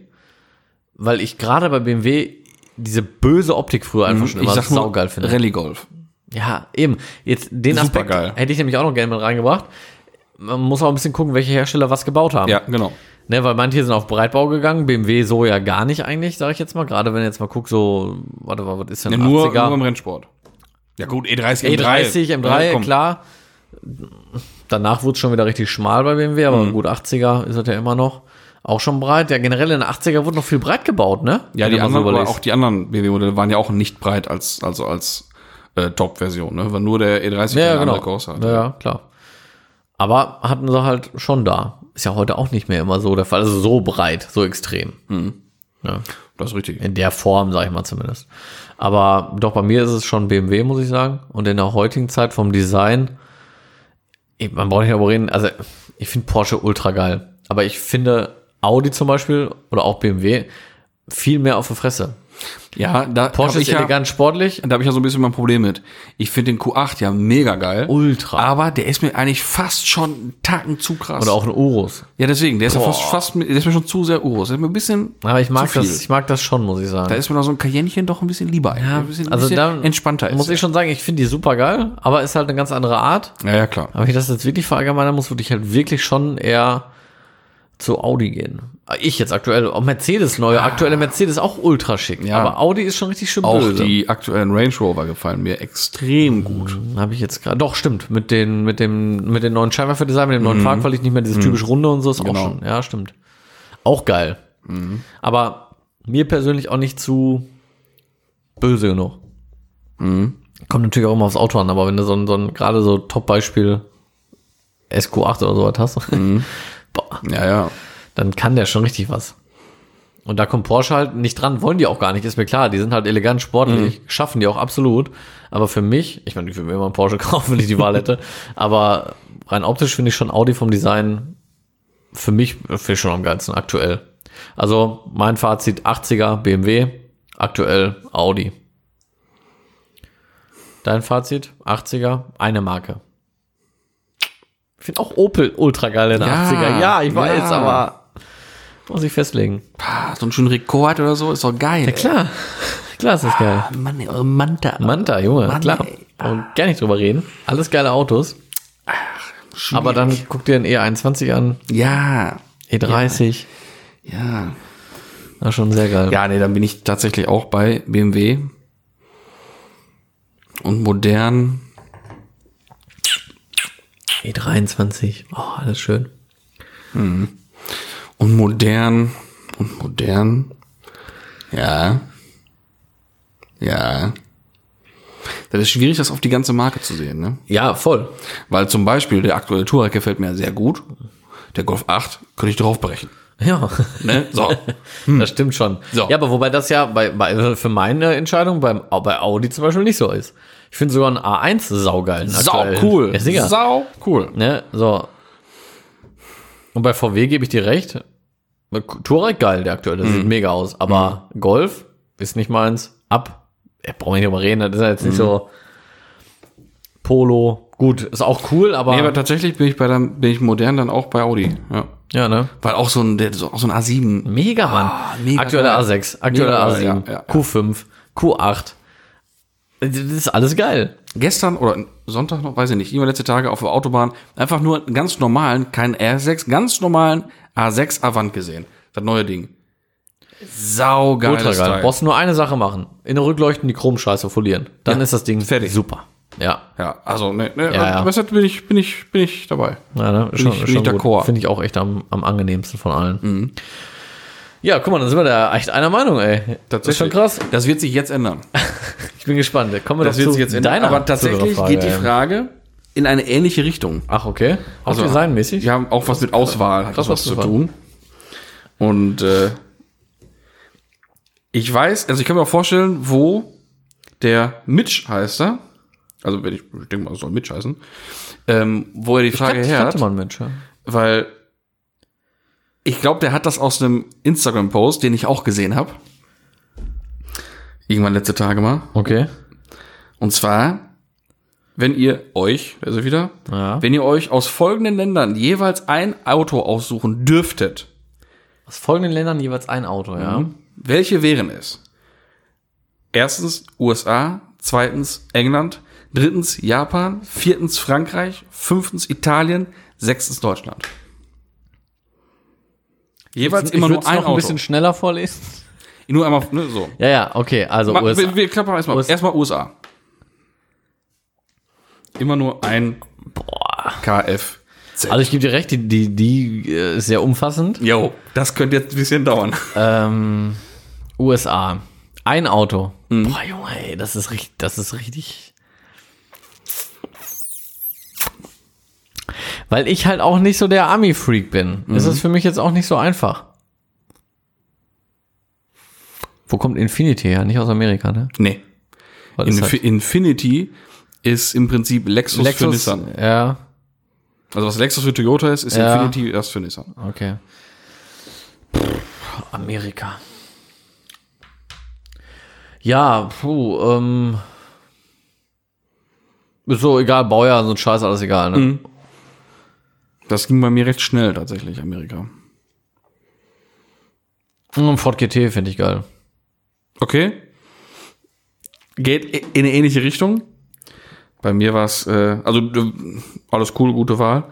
B: weil ich gerade bei BMW diese böse Optik früher
A: Mhm,
B: einfach schon immer saugeil finde.
A: Rallye Golf.
B: Ja, eben. Jetzt den Aspekt
A: Supergeil.
B: hätte ich nämlich auch noch gerne mit reingebracht. Man muss auch ein bisschen gucken, welche Hersteller was gebaut haben.
A: Ja, genau.
B: Ne, weil manche sind auf Breitbau gegangen, BMW so ja gar nicht eigentlich, sage ich jetzt mal. Gerade wenn du jetzt mal guck, so, warte mal, was ist denn
A: Ja, nur,
B: 80er?
A: nur im Rennsport. Ja gut, E E30,
B: E E30, M3,
A: Um Ja, komm.
B: klar. Danach wurde es schon wieder richtig schmal bei BMW, aber
A: Mhm.
B: gut, 80er ist das ja immer noch. Auch schon breit. Ja, generell in den 80er wurde noch viel breit gebaut, ne?
A: Ja,
B: Wenn
A: die
B: du mal so
A: anderen, aber
B: überlegst.
A: auch die anderen BMW-Modelle waren ja auch nicht breit als, also als äh, Top-Version, ne? War nur der E30 der eine
B: Ja, ja, genau.
A: andere halt. Größe hatte.
B: Ja, ja, klar. Aber hatten sie halt schon da. Ist ja heute auch nicht mehr immer so der Fall. Also so breit, so extrem. Ja.
A: Das ist richtig.
B: In der Form, sag ich mal zumindest. Aber doch, bei mir ist es schon BMW, muss ich sagen. Und in der heutigen Zeit vom Design, eh, man braucht nicht darüber reden, also ich finde Porsche ultra geil. Aber ich finde Audi zum Beispiel oder auch BMW viel mehr auf der Fresse.
A: Ja, da
B: Porsche
A: hab
B: ist
A: ich ja,
B: elegant sportlich.
A: da habe ich ja so ein bisschen mein Problem mit. Ich finde den Q8 ja mega geil.
B: Ultra.
A: Aber der ist mir eigentlich fast schon einen Tacken zu krass.
B: Oder auch ein Urus.
A: ja, deswegen, der ist ja
B: Boah.
A: fast, fast, der ist mir schon zu sehr Urus. Der ist mir ein bisschen,
B: Aber ich mag
A: Zu viel.
B: das, ich mag das schon, muss ich sagen.
A: da ist mir noch so ein Cayennchen doch ein bisschen lieber. Ja, ein bisschen,
B: also
A: ein bisschen
B: da
A: entspannter
B: muss ich schon sagen, ich finde die super geil, aber ist halt eine ganz andere Art.
A: Ja, ja, klar.
B: Aber wenn ich das jetzt wirklich verallgemeinern muss, würde ich halt wirklich schon eher zu Audi gehen. Ich jetzt aktuell, auch Mercedes neue, aktuelle Mercedes auch ultra schick.
A: Ah. Ja.
B: Aber Audi ist schon richtig schön
A: Auch
B: böse.
A: die aktuellen Range Rover gefallen mir extrem gut.
B: Habe ich jetzt gerade. Doch, stimmt. Mit, den, mit, dem, mit den neuen Scheinwerferdesign, mit dem neuen Fahrqualität, nicht mehr dieses typisch runde und so ist auch schon. Ja, stimmt. Auch geil. Aber mir persönlich auch nicht zu böse genug. Kommt natürlich auch immer aufs Auto an, aber wenn du so ein, so ein gerade so Top-Beispiel SQ8 oder sowas hast, boah,
A: Ja, ja.
B: dann kann der schon richtig was. Und da kommt Porsche halt nicht dran, wollen die auch gar nicht, ist mir klar. Die sind halt elegant, sportlich,
A: Mhm.
B: schaffen die auch absolut. Aber für mich, ich meine, ich würde mir immer einen Porsche kaufen, wenn ich die Wahl hätte. Aber rein optisch finde ich schon Audi vom Design für mich finde ich schon am geilsten aktuell. Also mein Fazit 80er BMW, aktuell Audi. Dein Fazit 80er, eine Marke. Ich finde auch Opel ultra geil in den
A: Ja,
B: 80er. Ja, ich weiß,
A: ja.
B: aber muss ich festlegen.
A: Ah, so ein schöner Rekord oder so ist doch geil. Ja,
B: Klar, klar ist das geil.
A: Mann, ey, eure Manta.
B: Manta, Junge,
A: Ah, Mann,
B: klar.
A: ey.
B: Und gar nicht drüber reden. Alles geile Autos. Aber dann guck dir den E21 an,
A: Ja,
B: E30.
A: ja.
B: Na, schon sehr geil.
A: Ja, nee, dann bin ich tatsächlich auch bei BMW. Und modern.
B: E23. E Oh, alles schön.
A: Und modern. Und modern. Ja. Ja. Das ist schwierig, das auf die ganze Marke zu sehen, ne?
B: Ja, voll.
A: Weil zum Beispiel der aktuelle Touareg gefällt mir sehr gut. Der Golf 8 könnte ich draufbrechen.
B: Ja,
A: Ne? So.
B: das stimmt schon.
A: So.
B: Ja, aber wobei das ja bei, bei, für meine Entscheidung beim, bei Audi zum Beispiel nicht so ist. Ich finde sogar ein A1 saugeil.
A: Sau
B: aktuell.
A: cool.
B: Ja, sicher.
A: Sau cool.
B: ne, so. Und bei VW gebe ich dir recht. Touareg geil, der aktuelle. Sieht mega aus. Aber Golf ist nicht meins. Ab. Ja, brauchen wir nicht drüber reden. Das ist ja jetzt nicht so Polo. Gut, ist auch cool, aber,
A: Nee, aber tatsächlich bin ich bei der, bin ich modern dann auch bei Audi. Ja.
B: ja, ne? Ah,
A: Weil auch so ein, der, so, auch so ein A7.
B: Mega, Mann.
A: mega
B: aktueller
A: geil.
B: A6, aktueller
A: Mega
B: A7,
A: geil, ja, ja, ja.
B: Q5, Q8. Das ist alles geil.
A: Gestern oder Sonntag noch, weiß ich nicht, immer letzte Tage auf der Autobahn, einfach nur einen ganz normalen, keinen R6, ganz normalen A6 Avant gesehen. Das neue Ding. Saugeil.
B: Ultra geil. Brauchst nur eine Sache machen. In den Rückleuchten die Chromscheiße folieren. Dann ist das Ding fertig. Super. Ja.
A: Ja, also, ne, ne,
B: Ja, ja.
A: was hat- bin ich, bin ich, bin ich dabei.
B: Ja, ne? schon,
A: ich- Mhm. bin
B: schon
A: ich d'accord.
B: gut. Finde ich auch echt am, am angenehmsten von allen. Ja, guck mal, dann sind wir da echt einer Meinung, ey. Das ist schon krass.
A: Das wird sich jetzt ändern.
B: Ich bin gespannt. Kommen wir
A: Das
B: doch
A: wird
B: zu
A: sich jetzt ändern.
B: deiner
A: Aber tatsächlich
B: Zuhörerfrage,
A: geht die
B: ey.
A: Frage in eine ähnliche Richtung.
B: Ach, okay. Auch
A: Also-
B: designmäßig?
A: Wir haben auch was mit Auswahl, hat
B: Krass,
A: das was zu
B: was du
A: tun. Und äh, ich weiß, also ich kann mir auch vorstellen, wo der Mitch heißt er, also wenn ich, ich denke mal, es soll Mitch heißen, ähm, wo er die Frage
B: Ich
A: her
B: kannte
A: hat,
B: man Mensch. ja.
A: weil ich glaube, der hat das aus einem Instagram-Post, den ich auch gesehen habe. Irgendwann letzte Tage mal.
B: Okay.
A: Und zwar, wenn ihr euch, also wieder,
B: Ja.
A: wenn ihr euch aus folgenden Ländern jeweils ein Auto aussuchen dürftet,
B: Aus folgenden Ländern jeweils ein Auto, ja.
A: Mhm. welche wären es? Erstens USA, zweitens England, drittens Japan, viertens Frankreich, fünftens Italien, sechstens Deutschland. Jeweils immer
B: würd's
A: nur ein
B: noch ein
A: Auto.
B: bisschen schneller vorlesen.
A: nur einmal, ne, so.
B: Ja, ja, okay, also
A: Ma-
B: USA.
A: Wir, wir klappern erstmal.
B: USA.
A: Erstmal USA. Immer nur ein KF.
B: Also ich gebe dir recht, die, die, die äh, ist sehr umfassend.
A: Jo, das könnte jetzt ein bisschen dauern.
B: Ähm, USA. Ein Auto.
A: Mhm.
B: Boah, Junge, ey, das ist richtig, das ist richtig. Weil ich halt auch nicht so der Army-Freak bin,
A: Mhm.
B: ist das für mich jetzt auch nicht so einfach. Wo kommt Infinity her? Nicht aus Amerika, ne? halt
A: Nee.
B: Was ist
A: Infi Infinity ist im Prinzip Lexus, für
B: Lexus,
A: Nissan.
B: ja,
A: Also was Lexus für Toyota ist, ist
B: Ja.
A: Infinity erst für Nissan.
B: Okay. Amerika. Ja, puh, ähm. Ist so egal, Baujahr, so ein Scheiß, alles egal, ne?
A: Mhm. Das ging bei mir recht schnell tatsächlich, Amerika.
B: Mm, Ford GT finde ich geil.
A: Okay. Geht in eine ähnliche Richtung. Bei mir war es, äh, also äh, alles cool, gute Wahl.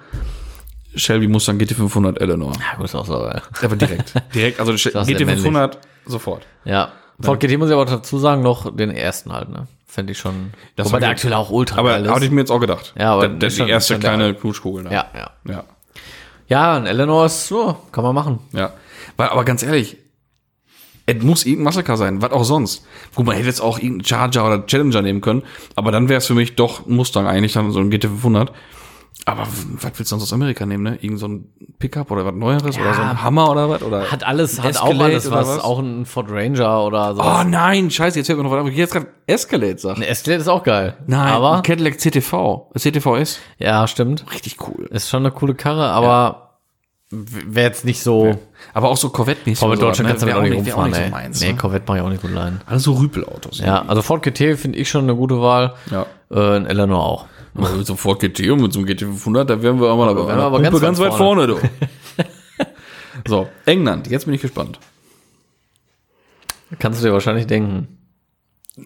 A: Shelby Mustang GT500 Eleanor.
B: Ja, gut, ist auch so geil.
A: Aber direkt. direkt, also
B: ist ja
A: GT500 sofort.
B: Ja. Ford GT muss ich aber dazu sagen, noch den ersten halt, ne? Fände ich schon.
A: Das
B: wobei
A: war
B: der
A: gut.
B: aktuelle auch ultra
A: Aber
B: geil ist.
A: hatte ich mir jetzt auch gedacht.
B: Ja, aber
A: das, das ist
B: schon-
A: die erste
B: schon der
A: kleine Knutschkugel. da.
B: Ja, ja.
A: ja.
B: Ja, ein Eleanor ist so, kann man machen.
A: Ja. Weil, aber ganz ehrlich, es muss irgendein Massaker sein, was auch sonst. Gut, man hätte jetzt auch irgendeinen Charger oder Challenger nehmen können, aber dann wäre es für mich doch ein Mustang eigentlich, dann so ein GT500. Aber w- was willst du sonst aus Amerika nehmen, ne? Irgend so ein Pickup oder was Neueres oder so ein Hammer oder was? Oder
B: Hat alles, hat auch
A: Escalade
B: alles
A: oder
B: was.
A: was?
B: Auch ein Ford Ranger oder so.
A: oh nein, scheiße, jetzt hört man noch was. an. Ich hätte jetzt gerade Escalade sagt.
B: Ein Escalade ist auch geil.
A: Nein,
B: Aber,
A: ein Cadillac CTV, CTVS.
B: ja, stimmt.
A: Richtig cool.
B: Ist schon eine coole Karre, aber wäre jetzt nicht so.
A: Aber auch so Corvette-mäßig.
B: Aber
A: oder
B: mit
A: so,
B: Deutschland kannst du
A: ne?
B: damit
A: Wär
B: auch nicht
A: wär auch
B: rumfahren,
A: so
B: ey.
A: meins,
B: nee,
A: ne?
B: Corvette mach ich auch nicht gut leihen.
A: Alles so Rüpelautos.
B: Ja, also Ford GT finde ich schon eine gute Wahl.
A: ja.
B: Äh, ein Eleanor auch.
A: Aber mit so einem Ford GT und um mit so einem GT 500, da wären wir aber, aber,
B: wären wir aber
A: Pumpe
B: ganz weit vorne.
A: du. so, England, jetzt bin ich gespannt.
B: Kannst du dir wahrscheinlich denken.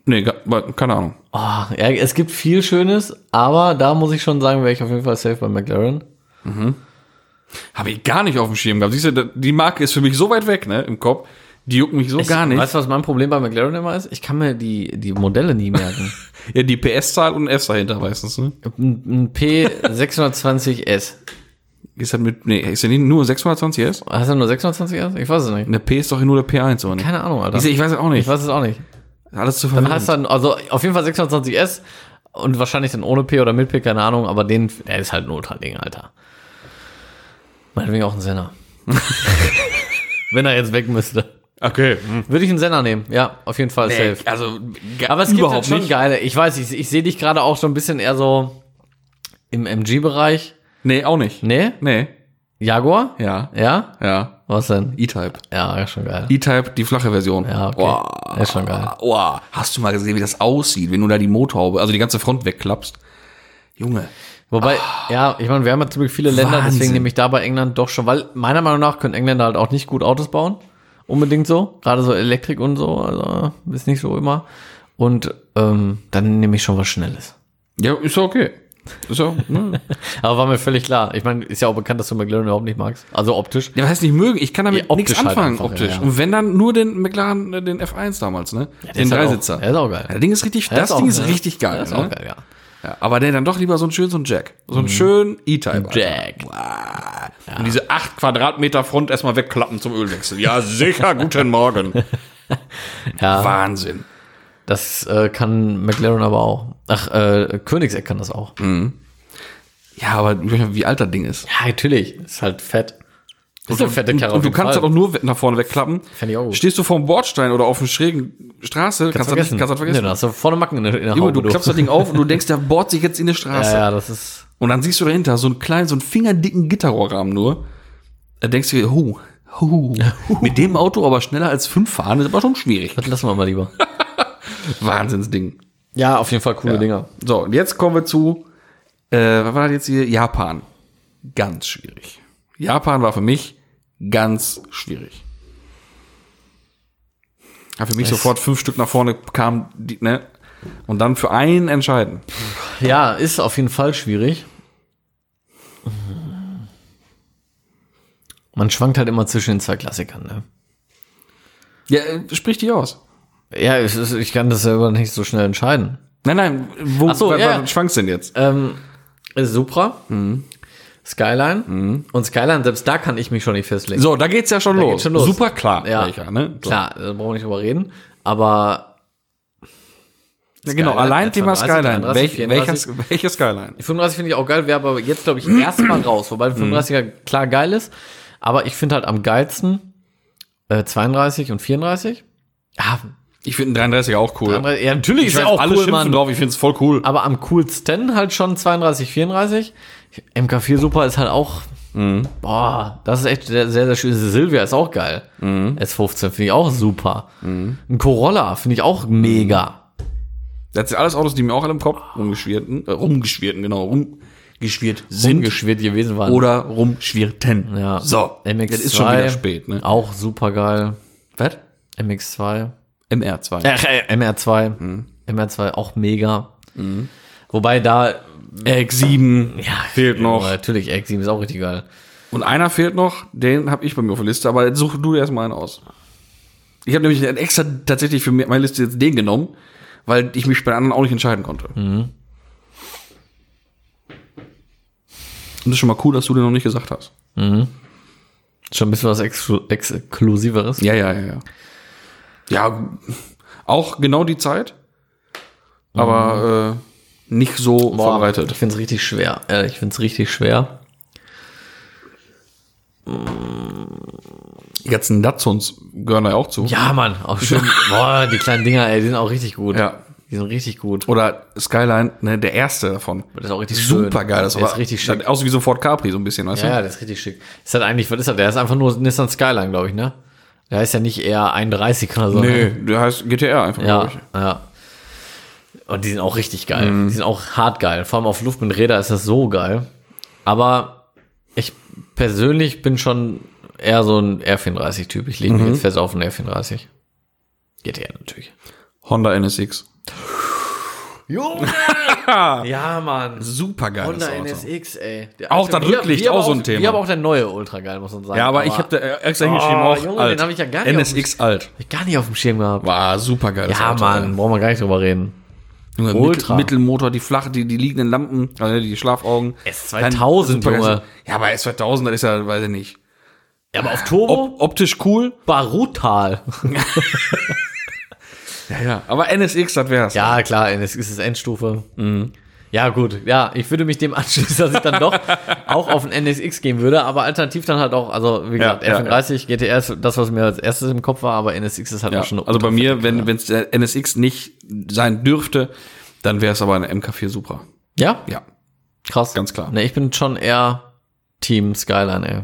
A: Nee, ga- weil- keine Ahnung.
B: Oh, ja, es gibt viel Schönes, aber da muss ich schon sagen, wäre ich auf jeden Fall safe bei McLaren.
A: Habe ich gar nicht auf dem Schirm gehabt. Siehst du, da- die Marke ist für mich so weit weg, ne, im Kopf. Die juckt mich so gar nicht.
B: Weißt du, was mein Problem bei McLaren immer ist? Ich kann mir die, die Modelle nie merken.
A: Ja, die PS-Zahl und ein S dahinter meistens, ne?
B: ein, ein P620S.
A: Ist halt mit, nee, ist ja nicht nur 620S?
B: Hast du nur 620S? Ich weiß es nicht.
A: Eine P ist doch nur der P1, oder nicht?
B: Keine Ahnung, Alter.
A: Ich, ich weiß es auch nicht.
B: Ich weiß es auch nicht.
A: Alles zu
B: Dann heißt
A: verwirrend.
B: dann, also auf jeden Fall 620S und wahrscheinlich dann ohne P oder mit P, keine Ahnung, aber den, der ist halt ein Ultrading, Alter. Meinetwegen auch ein Senna. Wenn er jetzt weg müsste.
A: Okay. hm,
B: Würde ich einen Senna nehmen, ja, auf jeden Fall
A: Ey,
B: safe.
A: also,
B: Aber es gibt halt
A: überhaupt
B: schon
A: nicht.
B: geile, ich weiß, ich, ich sehe dich gerade auch so ein bisschen eher so im MG-Bereich.
A: Nee, auch nicht.
B: Nee?
A: Nee.
B: Jaguar?
A: Ja.
B: Ja?
A: Ja.
B: Was denn?
A: E-Type.
B: Ja, ist schon geil.
A: E-Type, die flache Version.
B: Ja, okay.
A: Wow.
B: Ist schon geil.
A: Wow. Hast du mal gesehen, wie das aussieht, wenn du da die Motorhaube, also die ganze Front wegklappst? Junge.
B: Wobei, ja, ich meine, wir haben ja ziemlich viele Länder, deswegen
A: Ah. Wahnsinn.
B: nehme ich da bei England doch schon, weil meiner Meinung nach können Engländer halt auch nicht gut Autos bauen. Unbedingt so. Gerade so Elektrik und so, also ist nicht so immer. Und ähm, dann nehme ich schon was Schnelles.
A: Ja, ist doch okay. Ist ja, ne?
B: Aber war mir völlig klar. Ich meine, ist ja auch bekannt, dass du McLaren überhaupt nicht magst. Also optisch.
A: ja, was heißt nicht mögen? Ich kann damit
B: Ja, optisch
A: nichts
B: halt
A: anfangen,
B: einfach,
A: optisch.
B: ja, ja.
A: Und wenn dann nur den McLaren, äh, den F1 damals, ne? den Dreisitzer.
B: Auch, der ist auch geil.
A: Ja, das Ding ist richtig,
B: Der
A: das
B: auch-
A: Ding ist
B: ja,
A: richtig geil.
B: Der ist
A: ne?
B: auch geil, ja.
A: Ja, aber der dann doch lieber so einen schönen, so einen Jack. So einen schönen E-Type. Alter.
B: Jack.
A: Wow. Und diese acht Quadratmeter Front erstmal wegklappen zum Ölwechsel. Ja, sicher, guten Morgen.
B: Ja,
A: Wahnsinn.
B: das äh, kann McLaren aber auch. Ach, äh, Königseck kann das auch.
A: Mhm. Ja, aber wie alt das Ding ist.
B: Ja, natürlich. Ist halt fett. Ist eine fette Karre.
A: Und
B: auf
A: du
B: jeden
A: kannst
B: Fall.
A: das auch nur we- nach vorne wegklappen.
B: Fänd ich auch gut.
A: Stehst du vorm Bordstein oder auf einer schrägen Straße, kannst, du das nicht, kannst du das
B: Nee,
A: vergessen.
B: dann hast du vorne Macken in der, in der
A: Junge,
B: Haube,
A: du klappst das Ding auf und du denkst, der bohrt sich jetzt in die Straße.
B: Ja, ja, das ist.
A: Und dann siehst du dahinter so einen kleinen, so einen fingerdicken Gitterrohrrahmen nur. Da denkst du dir, hu, hu, mit dem Auto aber schneller als fünf fahren, ist aber schon schwierig.
B: Das lassen wir mal lieber.
A: Wahnsinnsding.
B: Ja, auf jeden Fall coole Dinger.
A: So, und jetzt kommen wir zu, äh, was war das jetzt hier? Japan. Ganz schwierig. Japan war für mich ganz schwierig. Ja, für mich sofort fünf Stück nach vorne kam, die, ne? Und dann für einen entscheiden.
B: Ja, ist auf jeden Fall schwierig. Man schwankt halt immer zwischen den zwei Klassikern, ne?
A: Ja, äh, sprich die aus.
B: Ja, es ist- ich kann das selber nicht so schnell entscheiden.
A: Nein, nein, wo
B: so,
A: wa-
B: ja,
A: wa-
B: ja.
A: schwankst denn jetzt?
B: Ähm, Supra,
A: Mhm.
B: Skyline und Skyline, selbst da kann ich mich schon nicht festlegen.
A: So, da geht's ja schon, los.
B: geht's schon los.
A: Super klar.
B: Ja.
A: welcher, ne? So.
B: Klar, da brauchen wir nicht drüber reden, aber
A: Ja, genau,
B: Skyline,
A: allein Thema
B: 32,
A: Skyline.
B: 33,
A: Welch- welches, welches Skyline?
B: Die 35 finde ich auch geil, wäre aber jetzt, glaube ich, erstmal raus. Wobei
A: Mhm.
B: die 35er klar geil ist. Aber ich finde halt am geilsten äh, 32 und 34. Ja,
A: Ich finde einen 33er auch cool.
B: andere- ja natürlich
A: ich
B: ist ja
A: weiß,
B: auch
A: alle
B: cool,
A: schimpfen
B: Mann.
A: drauf, ich finde es voll cool.
B: Aber am coolsten halt schon 32, 34. MK4 Super ist halt auch
A: Mhm.
B: Boah, das ist echt sehr, sehr, sehr schön. Silvia ist auch geil.
A: Mhm.
B: S15 finde ich auch super. Ein Corolla finde ich auch mega.
A: Das sind alles Autos, die mir auch alle im Kopf rumgeschwirrten, äh, rumgeschwirrten, genau, rumgeschwirrt sind
B: Umgeschwirrt gewesen waren.
A: oder rumschwirrten.
B: ja.
A: So,
B: MX2,
A: das ist schon wieder spät, ne?
B: Auch super geil.
A: Was?
B: MX2.
A: MR2.
B: Ach, äh, MR2.
A: Mhm.
B: MR2 auch mega. Wobei da
A: X7 fehlt noch.
B: natürlich, X7 ist auch richtig geil.
A: Und einer fehlt noch, den habe ich bei mir auf der Liste, aber jetzt such du erstmal einen aus. Ich habe nämlich einen extra tatsächlich für meine Liste jetzt den genommen, weil ich mich bei den anderen auch nicht entscheiden konnte. Und das ist schon mal cool, dass du den noch nicht gesagt hast.
B: Schon ein bisschen was Exklu Exklusiveres.
A: Ja, ja, ja, ja. Ja, auch genau die Zeit, aber äh, nicht so
B: Ich
A: verbreitet.
B: finde es richtig schwer. Äh, ich finde es richtig schwer.
A: Die ganzen Datsuns gehören da ja auch zu.
B: Ja, Mann, auch schön. Boah, die kleinen Dinger, ey, die sind auch richtig gut.
A: Ja.
B: Die sind richtig gut.
A: Oder Skyline, ne, der erste davon.
B: Das ist auch richtig schön.
A: Super geil, das
B: Der ist richtig schick.
A: sieht Aus wie so ein Ford Capri, so ein bisschen, weißt
B: Ja,
A: du?
B: ja, das ist richtig schick. Ist halt eigentlich, was ist das? Der ist einfach nur Nissan Skyline, glaube ich, ne? Der heißt ja nicht eher 31 oder so.
A: Nee,
B: Ne?
A: der heißt GTR einfach,
B: Ja,
A: glaub ich. Mhm.
B: ja. Und die sind auch richtig geil. Die sind auch hart geil. Vor allem auf Luft mit Räder ist das so geil. Aber ich persönlich bin schon eher so ein R34-Typ. Ich lege
A: Mhm.
B: mich jetzt fest auf einen R34. GTR natürlich.
A: Honda NSX.
B: Junge! ja, Mann.
A: Super geil.
B: Honda NSX, ey. Der
A: Auch
B: alte-
A: das
B: wir-
A: Rücklicht,
B: wir
A: auch
B: aber
A: so ein Thema.
B: Wir haben auch der neue Ultra geil, muss man sagen.
A: Ja, aber ich habe da äh, extra hingeschrieben
B: Oh,
A: auch
B: Junge,
A: alt.
B: den hab ich ja gar nicht
A: NSX alt.
B: hab ich gar nicht auf dem Schirm gehabt.
A: War super geil.
B: Ja, Mann, brauchen wir gar nicht drüber reden.
A: Junge,
B: Ultra.
A: Mittel, Mittelmotor, die flach, die, die liegenden Lampen, also die Schlafaugen.
B: S2000,
A: Dann-
B: Junge.
A: Ja, aber S2000, das ist ja, weiß ich nicht.
B: Ja, aber auf Turbo?
A: Op optisch cool.
B: Barutal.
A: Ja, ja. Aber NSX, das wär's.
B: Ja, klar, NSX ist Endstufe. Ja, gut, ja, ich würde mich dem anschließen, dass ich dann doch auch auf den NSX gehen würde, aber alternativ dann halt auch, also wie
A: Ja,
B: gesagt,
A: ja,
B: F30, GTR ist das, was mir als erstes im Kopf war, aber NSX ist halt
A: Ja,
B: auch schon eine
A: also bei
B: ultra
A: mir,
B: fette
A: wenn
B: Karre.
A: es der NSX nicht sein dürfte, dann wäre es aber eine MK4 Supra.
B: Ja?
A: Ja.
B: Krass.
A: Ganz klar.
B: Ne, ich bin schon eher Team Skyline, ey.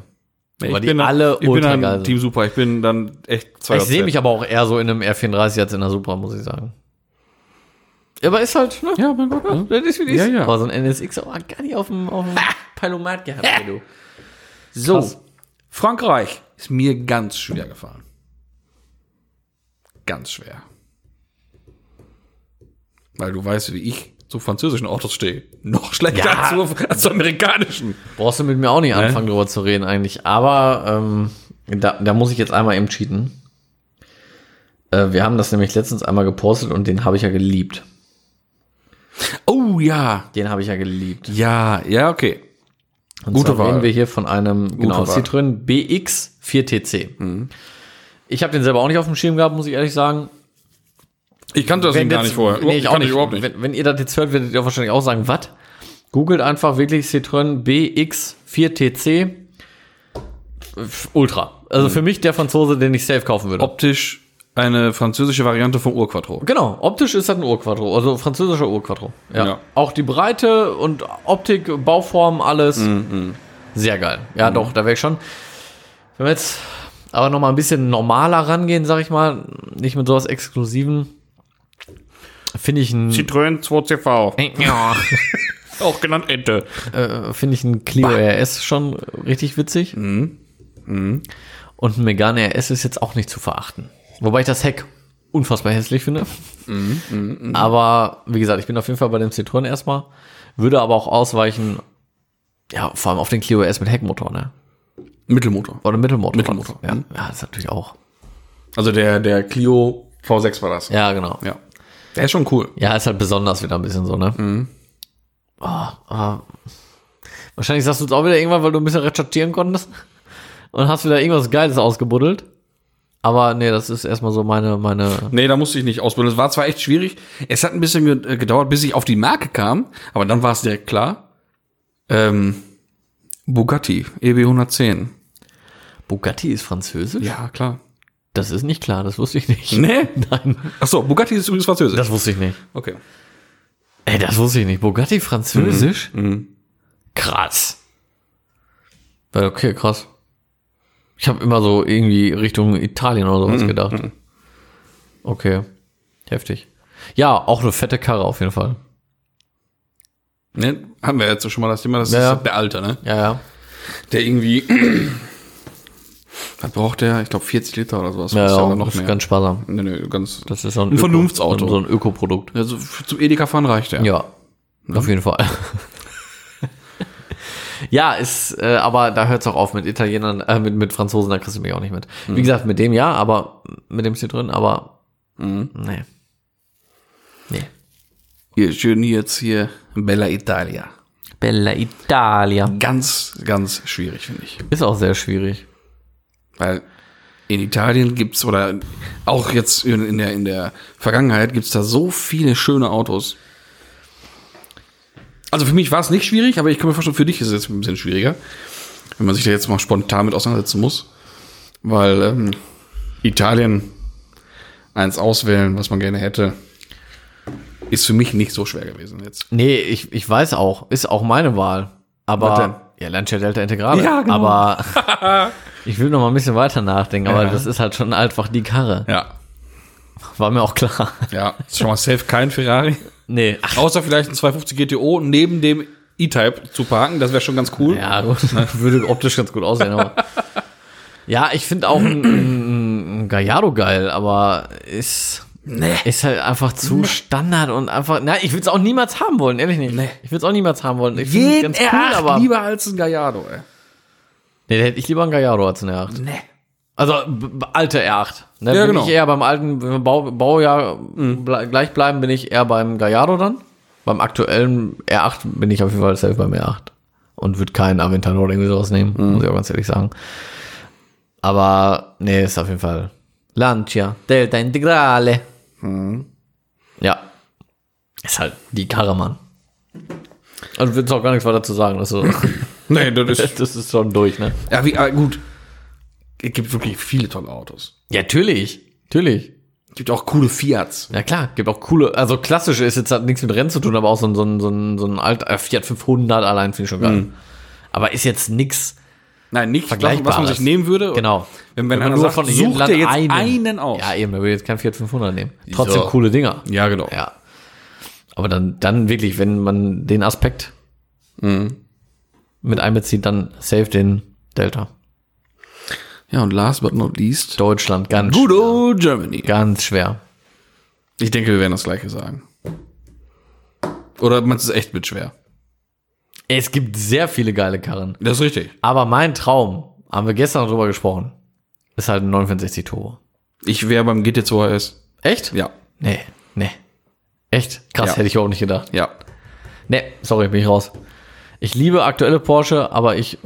A: Nee,
B: Aber
A: ich
B: die
A: bin dann-
B: alle
A: ich bin
B: ultra
A: dann
B: geil sind.
A: Team Super. Ich bin dann echt zwei
B: Ich sehe mich aber auch eher so in einem R34 als in einer Supra, muss ich sagen. Ja, Aber ist halt, ne?
A: Ja, mein Gott. Ne?
B: Das ist wie die
A: Ja,
B: ja,
A: ja.
B: ja. Aber so ein NSX auch gar nicht auf dem, auf dem Palomat gehabt, ey, du.
A: So,
B: Krass.
A: Frankreich ist mir ganz schwer gefallen. Ganz schwer. Weil du weißt, wie ich zu französischen Autos stehe. Noch schlechter
B: Ja.
A: als, zu, als zu amerikanischen.
B: Brauchst du mit mir auch nicht anfangen, drüber zu reden eigentlich. Aber ähm, da, da muss ich jetzt einmal eben cheaten. Äh, wir haben das nämlich letztens einmal gepostet und den habe ich ja geliebt.
A: Oh ja.
B: Den habe ich ja geliebt.
A: Ja, ja, okay. Gute
B: Und Gute zwar
A: Wahl.
B: reden wir hier von einem genau,
A: Wahl. Mhm.
B: Citroën BX4TC. Ich habe den selber auch nicht auf dem Schirm gehabt, muss ich ehrlich sagen.
A: Ich kannte das gar
B: jetzt-
A: nicht vorher.
B: Nee, ich auch
A: kannte
B: nicht.
A: ich überhaupt nicht.
B: Wenn, wenn ihr das jetzt hört, werdet ihr wahrscheinlich auch sagen, was? Googelt einfach wirklich Citroën BX4TC F- Ultra. Also
A: Mhm.
B: für mich der Franzose, den ich safe kaufen würde.
A: Optisch eine französische Variante vom Urquattro.
B: genau, optisch ist das ein Urquattro, also französischer Urquattro. Ja.
A: Ja.
B: Auch die Breite und Optik, Bauform, alles.
A: Mhm,
B: Sehr geil. Ja, doch, da wäre ich schon. Wenn wir jetzt aber noch mal ein bisschen normaler rangehen, sag ich mal, nicht mit sowas Exklusiven, finde ich ein
A: Citroën 2CV, auch genannt Ente.
B: äh, finde ich einen Clio RS schon richtig witzig. Und ein Megane RS ist jetzt auch nicht zu verachten. Wobei ich das Heck unfassbar hässlich finde. Aber wie gesagt, ich bin auf jeden Fall bei dem Citroën erstmal. Würde aber auch ausweichen, ja, vor allem auf den Clio RS mit Heckmotor, ne?
A: Mittelmotor.
B: Oder Mittelmotor.
A: Mittelmotor,
B: Ja, ja das ist natürlich auch.
A: Also der, der Clio V6 war das.
B: Ja, genau.
A: ja. Der ist schon cool.
B: Ja, ist halt besonders wieder ein bisschen so, ne? Oh, aber wahrscheinlich sagst du es auch wieder irgendwann, weil du ein bisschen recherchieren konntest und hast wieder irgendwas Geiles ausgebuddelt. Aber nee, das ist erstmal so meine, meine.
A: Nee, da musste ich nicht ausbilden. Es war zwar echt schwierig. Es hat ein bisschen ge- äh, gedauert, bis ich auf die Marke kam, aber dann war es direkt klar. Ähm, Bugatti E EB 110.
B: Bugatti ist französisch?
A: Ja, klar.
B: Das ist nicht klar, das wusste ich nicht.
A: Nee?
B: Nein,
A: Ach so, Bugatti ist übrigens französisch.
B: das wusste ich nicht.
A: okay.
B: Ey, Mhm. das wusste ich nicht. Bugatti französisch? Krass. Ja, Okay, krass. Ich habe immer so irgendwie Richtung Italien oder sowas gedacht. Okay, heftig. Ja, auch eine fette Karre auf jeden Fall.
A: Ne? Haben wir jetzt schon mal das Thema, das
B: Ja, ja.
A: ist der Alter, ne?
B: Ja, ja.
A: Der irgendwie, was braucht der? Ich glaube 40 Liter oder sowas.
B: Ja,
A: Kostet
B: ja
A: aber
B: noch ist ganz sparsam.
A: nee, nee, ganz.
B: Das ist so ein,
A: Ein Vernunftsauto.
B: So ein Ökoprodukt.
A: Also für- zum Edeka fahren reicht der.
B: Ja, Mhm. auf jeden Fall. ja, ist, äh, aber da hört es auch auf mit Italienern, äh, mit, mit Franzosen, da kriegst du mich auch nicht mit. Wie gesagt, mit dem ja, aber mit dem Citroën, aber nee. Nee.
A: Hier, schön hier jetzt hier Bella Italia.
B: Bella Italia.
A: Ganz, ganz schwierig, finde ich.
B: Ist auch sehr schwierig.
A: Weil in Italien gibt's oder auch jetzt in, in, der, in der Vergangenheit gibt's da so viele schöne Autos. Also für mich war es nicht schwierig, aber ich kann mir vorstellen, für dich ist es jetzt ein bisschen schwieriger, wenn man sich da jetzt mal spontan mit auseinandersetzen muss. Weil ähm, Italien eins auswählen, was man gerne hätte, ist für mich nicht so schwer gewesen jetzt.
B: Nee, ich, ich weiß auch, ist auch meine Wahl.
A: Was denn?
B: Aber ja, Lancia Delta Integrale.
A: Ja, genau.
B: Aber ich will noch mal ein bisschen weiter nachdenken, aber
A: Ja.
B: das ist halt schon einfach die Karre.
A: Ja,
B: War mir auch klar.
A: ja, ist schon mal safe kein Ferrari.
B: Nee, ach
A: Außer vielleicht ein 250 GTO neben dem E-Type zu parken, das wäre schon ganz cool.
B: Ja, gut. Würde optisch ganz gut aussehen, aber. Ja, ich finde auch ein, ein, ein Gallardo geil, aber ist,
A: Nee.
B: ist halt einfach zu Standard und einfach. Nein, ich würde es auch niemals haben wollen, ehrlich nicht. Ich würde es auch niemals haben wollen. Ich finde
A: Jeden
B: ganz cool,
A: R8
B: aber. Nee,
A: lieber als ein Gallardo, ey.
B: da hätte ich lieber einen Gallardo als einen R8.
A: Nee.
B: Also b- b- alte R8. Ne,
A: Ja,
B: bin
A: genau. Mhm.
B: ich eher beim alten, wenn wir Bau, Baujahr ble- gleich bleiben, bin ich eher beim Gallardo dann. Beim aktuellen R8 bin ich auf jeden Fall safe beim R8. Und würde keinen Aventador oder irgendwie sowas nehmen,
A: Mhm.
B: muss ich auch ganz ehrlich sagen. Aber nee, ist auf jeden Fall Lancia, Delta Integrale.
A: Mhm.
B: Ja. Ist halt die Karre, Mann. Also willst auch gar nichts weiter zu sagen. Also,
A: Nee, das ist.
B: das ist schon durch, ne?
A: ja, wie, aber gut. Es gibt wirklich viele tolle Autos.
B: Ja, natürlich. Natürlich.
A: Es gibt auch coole Fiats.
B: Ja klar, gibt auch coole, also klassische ist jetzt hat nichts mit Rennen zu tun, aber auch so ein, so ein, so ein, so ein alt, äh, Fiat 500 allein finde ich schon geil.
A: Mhm.
B: Aber ist jetzt nix.
A: Nein, nicht, was man
B: Vergleichbares.
A: sich nehmen würde.
B: Genau.
A: Wenn, wenn,
B: man
A: einer sagt,
B: jedem
A: such
B: Land
A: dir jetzt einen, aus.
B: Ja eben, da würde ich jetzt kein Fiat 500 nehmen. Trotzdem
A: So.
B: coole Dinger.
A: Ja, genau.
B: Ja. Aber dann, dann wirklich, wenn man den Aspekt
A: Mhm.
B: mit einbezieht, dann save den Delta.
A: Ja, und last but not least.
B: Deutschland, ganz,
A: Good old Germany.
B: ganz schwer.
A: Ich denke, wir werden das Gleiche sagen. Oder man ist echt mit schwer.
B: Es gibt sehr viele geile Karren.
A: Das ist richtig.
B: Aber mein Traum, haben wir gestern drüber gesprochen, ist halt ein 964 Turbo.
A: Ich wäre beim GT2 RS.
B: Echt?
A: Ja,
B: Nee, nee. Echt? Krass,
A: Ja.
B: hätte ich auch nicht gedacht.
A: ja.
B: Nee, sorry, bin ich raus. Ich liebe aktuelle Porsche, aber ich,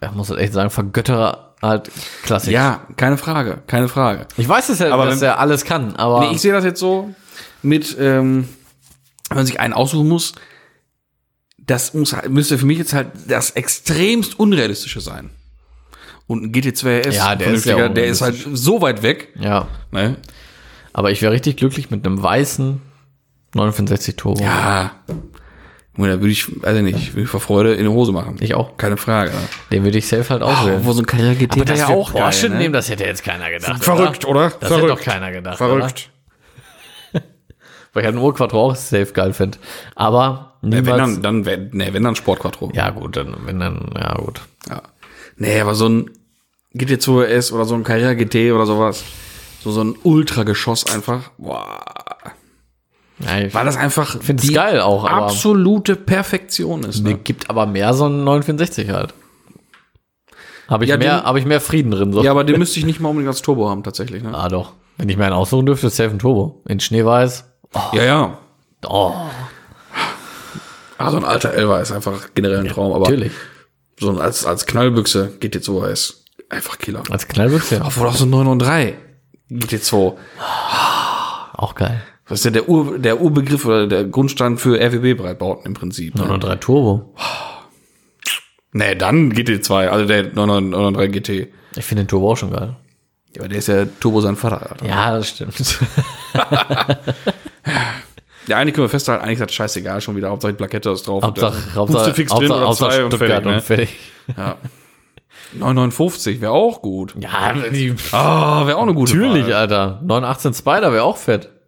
B: ich muss halt echt sagen, vergöttere halt Klassik.
A: Ja, keine Frage, keine Frage.
B: Ich weiß es ja,
A: Aber
B: dass
A: wenn-
B: er alles kann, aber
A: Nee, ich sehe das jetzt so mit, ähm, wenn man sich einen aussuchen muss, das muss, halt- müsste für mich jetzt halt das extremst Unrealistische sein. Und ein GT2 RS,
B: Ja, der ist
A: vernünftiger,
B: sehr
A: der ist halt so weit weg.
B: ja.
A: Ne?
B: Aber ich wäre richtig glücklich mit einem weißen 965 Turbo.
A: Ja. Junge, Da würde ich, weiß ich nicht, würde ich vor Freude in die Hose machen.
B: Ich auch.
A: Keine Frage. Ne?
B: Den würde ich safe halt auswählen.
A: so ein Karriere GT
B: Aber dass wir Porsche
A: ne?
B: nehmen, das hätte jetzt keiner gedacht.
A: Verrückt, oder?
B: Das
A: Verrückt.
B: hätte doch keiner gedacht. Oder?
A: Verrückt.
B: Weil ich halt einen Urquattro auch safe geil finde. Aber
A: Ne, wenn
B: niemals.
A: dann, dann, wenn, ne, wenn dann Sportquattro.
B: ja, gut, dann, wenn dann, ja, gut.
A: Ja. Nee, aber so ein GT2 RS oder so ein Carrera GT oder sowas. So, so ein Ultrageschoss einfach. Boah.
B: Ja, ich
A: Weil das einfach
B: finde es geil auch, aber.
A: absolute Perfektion ist.
B: Mir
A: Ne?
B: gibt aber mehr so einen 964 halt. Habe ich,
A: Ja,
B: mehr,
A: den-
B: hab ich mehr Frieden drin. So.
A: Ja, aber den müsste ich nicht mal unbedingt als Turbo haben, tatsächlich. Ne?
B: Ah, doch. Wenn ich mir einen aussuchen dürfte, ist safe ein Turbo. In Schneeweiß.
A: Ja, ja.
B: Oh,
A: Also ein alter Elva ist einfach generell ein Traum, Oh, aber
B: natürlich.
A: so ein als, als Knallbüchse GT2 RS. Einfach Killer.
B: Als Knallbüchse. ja.
A: Obwohl auch so ein 903 GT2.
B: Auch geil.
A: Das ist ja der, Ur, der Urbegriff oder der Grundstein für RWB-Breitbauten im Prinzip. Ne?
B: 903 Turbo.
A: Nee, dann GT2, also der 903 GT.
B: Ich finde den Turbo auch schon geil.
A: Ja, aber der ist ja Turbo sein Vater. Alter.
B: Ja, das stimmt.
A: Ja, eigentlich können wir festhalten, eigentlich ist das scheißegal schon wieder. Hauptsache die Plakette ist drauf.
B: Hauptsache,
A: Hauptsache,
B: Hauptsache,
A: fix
B: Hauptsache,
A: drin oder
B: Hauptsache
A: zwei und
B: Stuttgart
A: fertig, ne?
B: und fertig.
A: Ja. 959 wäre auch gut.
B: Ja, die,
A: Ah, wäre auch eine gute
B: natürlich,
A: Wahl.
B: Alter. 918 Spider wäre auch fett.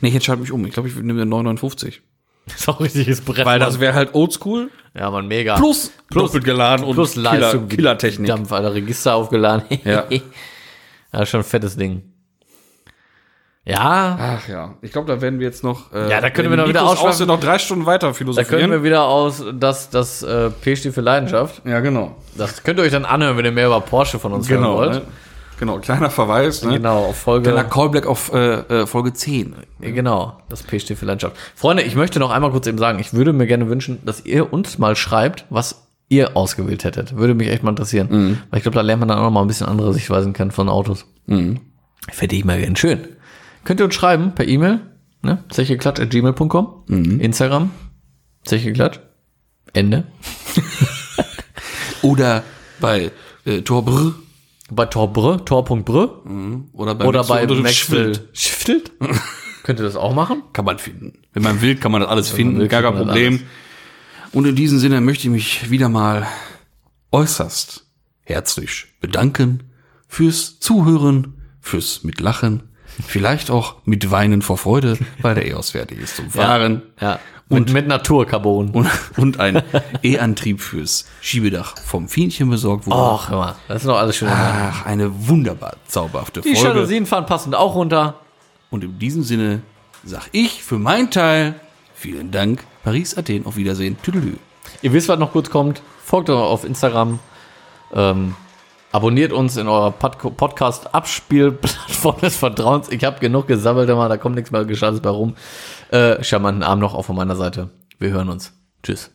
A: Nee, ich entscheide mich um. Ich glaube, ich nehme den 959.
B: Ist auch ein richtiges Brett.
A: Weil
B: Mann.
A: das wäre halt oldschool.
B: ja, man, mega.
A: Plus, doppelt geladen und
B: plus Leistung.
A: Killer, Killertechnik.
B: Dampf, Alter, Register aufgeladen.
A: Ja.
B: ja, schon ein fettes Ding. Ja,
A: Ach ja, ich glaube, da werden wir jetzt noch. Äh,
B: Ja, da können
A: wenn
B: wir noch wieder
A: Nikos
B: ausschweifen.
A: Aussehen noch drei Stunden weiter
B: da
A: philosophieren.
B: können wir wieder aus das, das äh, P steht für Leidenschaft.
A: ja, genau.
B: Das könnt ihr euch dann anhören, wenn ihr mehr über Porsche von uns hören
A: Genau.
B: wollt.
A: Ne? Genau, kleiner Verweis. Ne?
B: Genau, auf Folge.
A: Kleiner Callback auf äh, äh, Folge 10.
B: Ja, Genau, das P steht für Landschaft. Freunde, ich möchte noch einmal kurz eben sagen, ich würde mir gerne wünschen, dass ihr uns mal schreibt, was ihr ausgewählt hättet. Würde mich echt mal interessieren. Weil ich glaube, da lernt man dann auch noch mal ein bisschen andere Sichtweisen kennen von Autos. Mhm. Fände ich mal ganz schön. Könnt ihr uns schreiben per E-Mail, ne? zecheklatsch.gmail.com, Instagram, zecheklatsch, Ende.
A: Oder bei äh, Torbrr.
B: Bei Torbrö, tor.brö
A: Oder bei,
B: oder
A: Maxwell
B: bei
A: oder
B: Maxwell.
A: Schwild.
B: Schiftelt? Könnt ihr das auch machen?
A: Kann man finden. Wenn man will, kann man das alles finden.
B: will,
A: Gar kein
B: kann man das
A: Problem. Und in diesem Sinne möchte ich mich wieder mal äußerst herzlich bedanken fürs Zuhören, fürs Mitlachen, vielleicht auch mit Weinen vor Freude, weil der EOS fertig ist zum Fahren.
B: Ja. Und mit, mit Naturcarbon.
A: Und, und ein E-Antrieb fürs Schiebedach vom Fienchen besorgt wurde.
B: Och, hör mal, das sind doch alles schöne Sachen.
A: Ach, eine wunderbar zauberhafte
B: Die
A: Folge.
B: Jalousien fahren passend auch runter.
A: Und in diesem Sinne sag ich für meinen Teil vielen Dank. Paris, Athen, auf Wiedersehen. Tüdelü.
B: Ihr wisst, was noch gut kommt. Folgt uns auf Instagram. Ähm, abonniert uns in eurer Pod Podcast-Abspielplattform des Vertrauens. Ich habe genug gesammelt, immer, da kommt nichts mehr Gescheites bei rum. Äh, charmanten Abend noch auch von meiner Seite. Wir hören uns. Tschüss.